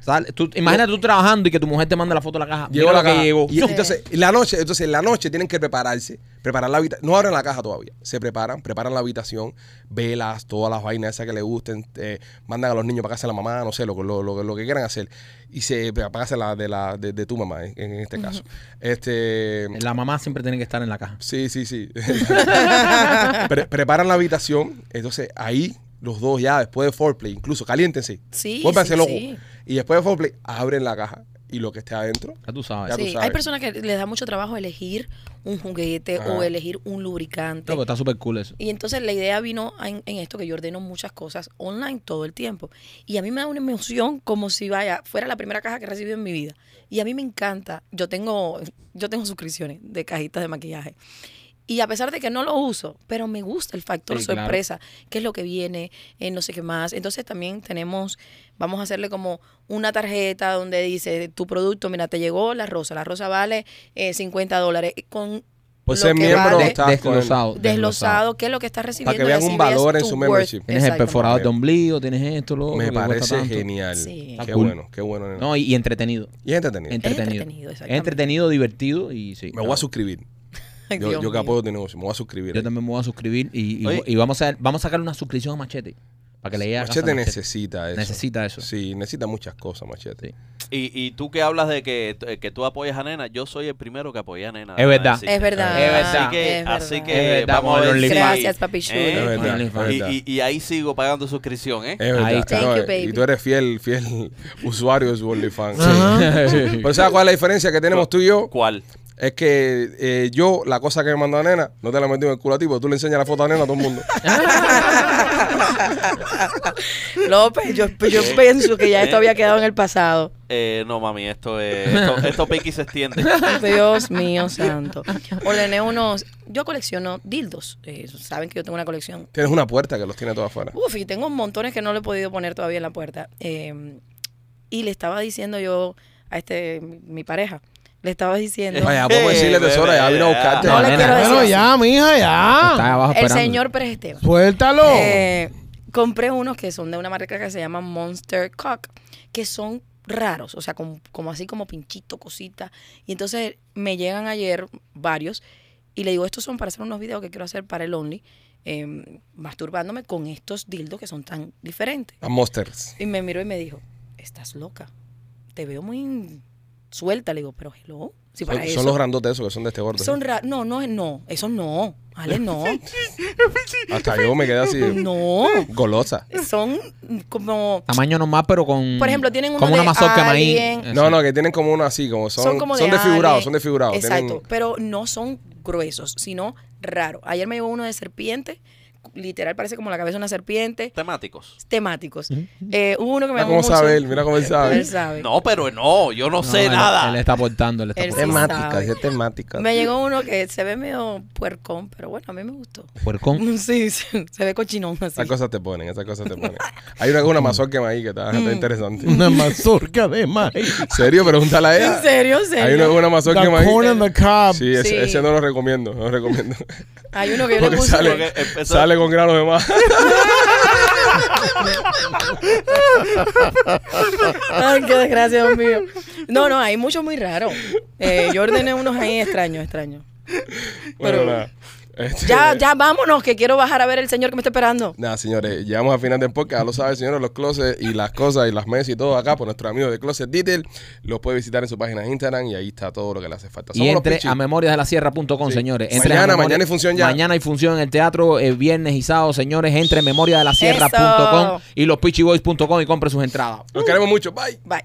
C: sal- tú, imagínate tú trabajando y que tu mujer te manda la foto de la caja.
A: Llegó
C: Mira
A: la
C: lo
A: caja.
C: que llegó.
A: Y entonces, en la noche, entonces, en la noche tienen que prepararse, preparar la habitación. No abren la caja todavía. Se preparan, preparan la habitación, velas, todas las vainas esas que les gusten, eh, mandan a los niños para casa de la mamá, no sé, lo, lo, lo, lo que quieran hacer. Y se para casa de la, de, la, de, de tu mamá, en, en este caso. Este.
C: La mamá siempre tiene que estar en la caja.
A: Sí, sí, sí. Pre- preparan la habitación, entonces ahí los dos ya después de foreplay, incluso caliéntense.
E: Sí,
A: Vuélvanse
E: sí,
A: locos.
E: sí.
A: Y después de foreplay abren la caja y lo que esté adentro
C: Ya tú sabes.
A: Ya tú
E: Sí,
A: sabes.
E: hay personas que les da mucho trabajo elegir un juguete
A: Ajá.
E: o elegir un
C: No,
E: lubricante.
C: pero está súper cool eso.
E: Y entonces la idea vino en, en esto que yo ordeno muchas cosas online todo el tiempo. Y a mí me da una emoción como si vaya, fuera la primera caja que recibí en mi vida. Y a mí me encanta. Yo tengo, yo tengo suscripciones de cajitas de maquillaje. Y a pesar de que no lo uso, pero me gusta el factor
C: Sí, claro.
E: sorpresa, qué es lo que viene, eh, no sé qué más. Entonces también tenemos, vamos a hacerle como una tarjeta donde dice tu producto, mira, te llegó la rosa, la rosa vale eh, 50 dólares. Y Con
A: Pues
E: lo
A: ser
E: que
A: miembro
E: vale-
A: está
C: Desglosado.
E: desglosado qué es lo que estás recibiendo.
A: vean
E: y así
A: un valor en
E: veas tu
A: su membership.
E: worth.
C: Tienes el
E: Exactamente.
C: perforador de ombligo, tienes esto, lo otro.
A: Me
C: que cuesta
A: parece
C: tanto.
A: genial.
E: Sí.
A: Qué
C: Está cool.
A: bueno, qué bueno. nena.
C: No, y, y entretenido.
A: Y es entretenido.
E: Ent-
C: Entretenido.
E: entretenido,
C: Es
E: exactamente.
C: entretenido, divertido y sí.
A: me voy
C: claro.
A: a suscribir.
E: Ay,
A: Yo,
E: Dios
A: yo que
E: mío.
A: apoyo tu negocio, me voy a suscribir.
C: Yo también me voy a suscribir y, y-
D: Oye.
C: y vamos, a, vamos a sacar una suscripción a Machete. Para que le llegue a casa
A: Machete necesita eso.
C: Necesita eso.
A: Sí, necesita muchas cosas, Machete.
C: Sí.
D: Y, y tú que hablas de que, eh, que tú apoyas a Nena, yo soy el primero que apoya a Nena.
C: Es verdad.
D: Así-
E: Es verdad.
C: Es verdad.
D: Así que,
E: es
D: así
E: verdad.
D: que
C: Es verdad,
D: vamos a
C: vamos a
D: ver
C: ver
D: si-
E: Gracias, papi chulo.
D: ¿Eh?
A: Es verdad,
C: Only
A: es
C: fans.
D: Y,
A: verdad.
D: y- y ahí sigo pagando suscripción, ¿eh?
A: Es verdad.
C: Ahí está.
E: Thank you,
A: y
E: baby.
A: tú eres fiel, fiel usuario de su OnlyFans. Pero
C: Por-
A: ¿sabes cuál es la diferencia que tenemos tú y yo?
D: ¿Cuál?
A: Es que eh, yo, la cosa que me mandó a nena, no te la metí en el culo a ti, porque tú le enseñas la foto a nena a todo el mundo.
E: López, yo, yo pienso que ya esto
D: ¿Eh?
E: había quedado en el pasado.
D: Eh, no, mami, esto es... Esto, esto pique y se extiende.
E: Dios mío santo. Ordené unos. Yo colecciono dildos. Eh, saben que yo tengo una colección.
A: Tienes una puerta que los tiene todos afuera.
E: Uf, y tengo montones que no le he podido poner todavía en la puerta. Eh, y le estaba diciendo yo a este, mi mi pareja, le estaba diciendo.
A: Vaya, ¿puedo
D: Eh,
A: decirle, tesoro? Ya
D: bebé,
A: vino a
D: ya.
A: buscarte.
E: No le
C: nena,
E: quiero decir
B: Bueno,
E: así.
B: ya, mija,
C: Está
B: ya.
C: abajo
E: Ah, El
C: esperando.
E: señor Pérez Esteban.
B: Suéltalo.
E: Eh, compré unos que son de una marca que se llama Monster Cock, que son raros, o sea, con- como así como pinchito, cosita. Y entonces me llegan ayer varios y le digo, estos son para hacer unos videos que quiero hacer para el Only, eh, masturbándome con estos dildos que son tan diferentes.
A: A Monsters.
E: Y me miró y me dijo, estás loca. te veo muy suelta. Le digo, pero hello. Si
A: son,
E: para
A: son
E: eso,
A: los grandotes esos que son de este gordo.
E: son ra- No, no, no. Eso no. Ale, no.
A: Hasta yo me quedé así
E: no.
A: golosa.
E: Son como...
C: Tamaño normal, pero con.
E: Por ejemplo, tienen uno
C: Como una
E: de
C: mazorca de maíz.
E: alien.
C: Eso.
A: No, no, que tienen como uno así, como son,
E: son, como
A: son
E: de
A: desfigurados,
E: alien.
A: son desfigurados.
E: Exacto,
A: tienen-
E: pero no son gruesos, sino raros. Ayer me llegó uno de serpiente, literal parece como la cabeza de una serpiente,
D: Temáticos.
E: temáticos. Eh, hubo uno que
A: mira
E: me llamó
A: cómo
E: mucho.
A: sabe él, mira cómo él sabe.
E: Él sabe.
D: No, pero no, yo no,
C: No,
D: sé
C: él-
D: nada.
C: Él está aportando, él está
E: Él sí
C: aportando.
E: sabe.
A: dice temática.
E: Me llegó uno que se ve medio puercón, pero bueno, a mí me gustó.
C: Puercón.
E: Sí, sí, se ve cochinón así.
A: Esas cosas te ponen, esas cosas te ponen. Hay una, una mazorca ahí que está,
E: Mm.
A: está interesante.
F: Una mazorca de maíz.
A: ¿Serio? Pregúntale a ella.
E: En serio, en
A: Hay una,
E: serio.
A: una mazorca
B: The
A: ahí.
B: corn and the cob.
A: Sí, ese,
E: Sí.
A: ese no lo recomiendo, no lo recomiendo.
E: Hay uno que yo le
A: Porque
E: puse.
A: sale,
D: porque empezó-
A: sale con granos de más.
E: Ay, qué desgracia, Dios mío. No, no, hay muchos muy raros. Eh, yo ordené unos ahí extraños, extraños.
A: Bueno,
E: Pero-
A: nada. Este-
E: Ya, ya vámonos, que quiero bajar a ver el señor que me está esperando.
A: Nada, señores, llegamos al final del podcast. Ya lo saben, señores, los closets y las cosas y las mesas y todo acá por nuestros amigos de Closet Detail. Los puede visitar en su página de Instagram y ahí está todo lo que le hace falta.
C: Y
A: Somos los
C: entre
A: Pichis.
C: a memoriasdelasierra.com,
A: Sí.
C: señores.
A: Mañana,
C: Entre a Memorias-
A: mañana hay función ya.
C: Mañana hay función en el teatro, eh, viernes y sábado, señores. Entre memoriasdelasierra.com
E: Eso.
C: y lospichiboys.com y compre sus entradas.
A: Los queremos mucho. Bye.
E: Bye.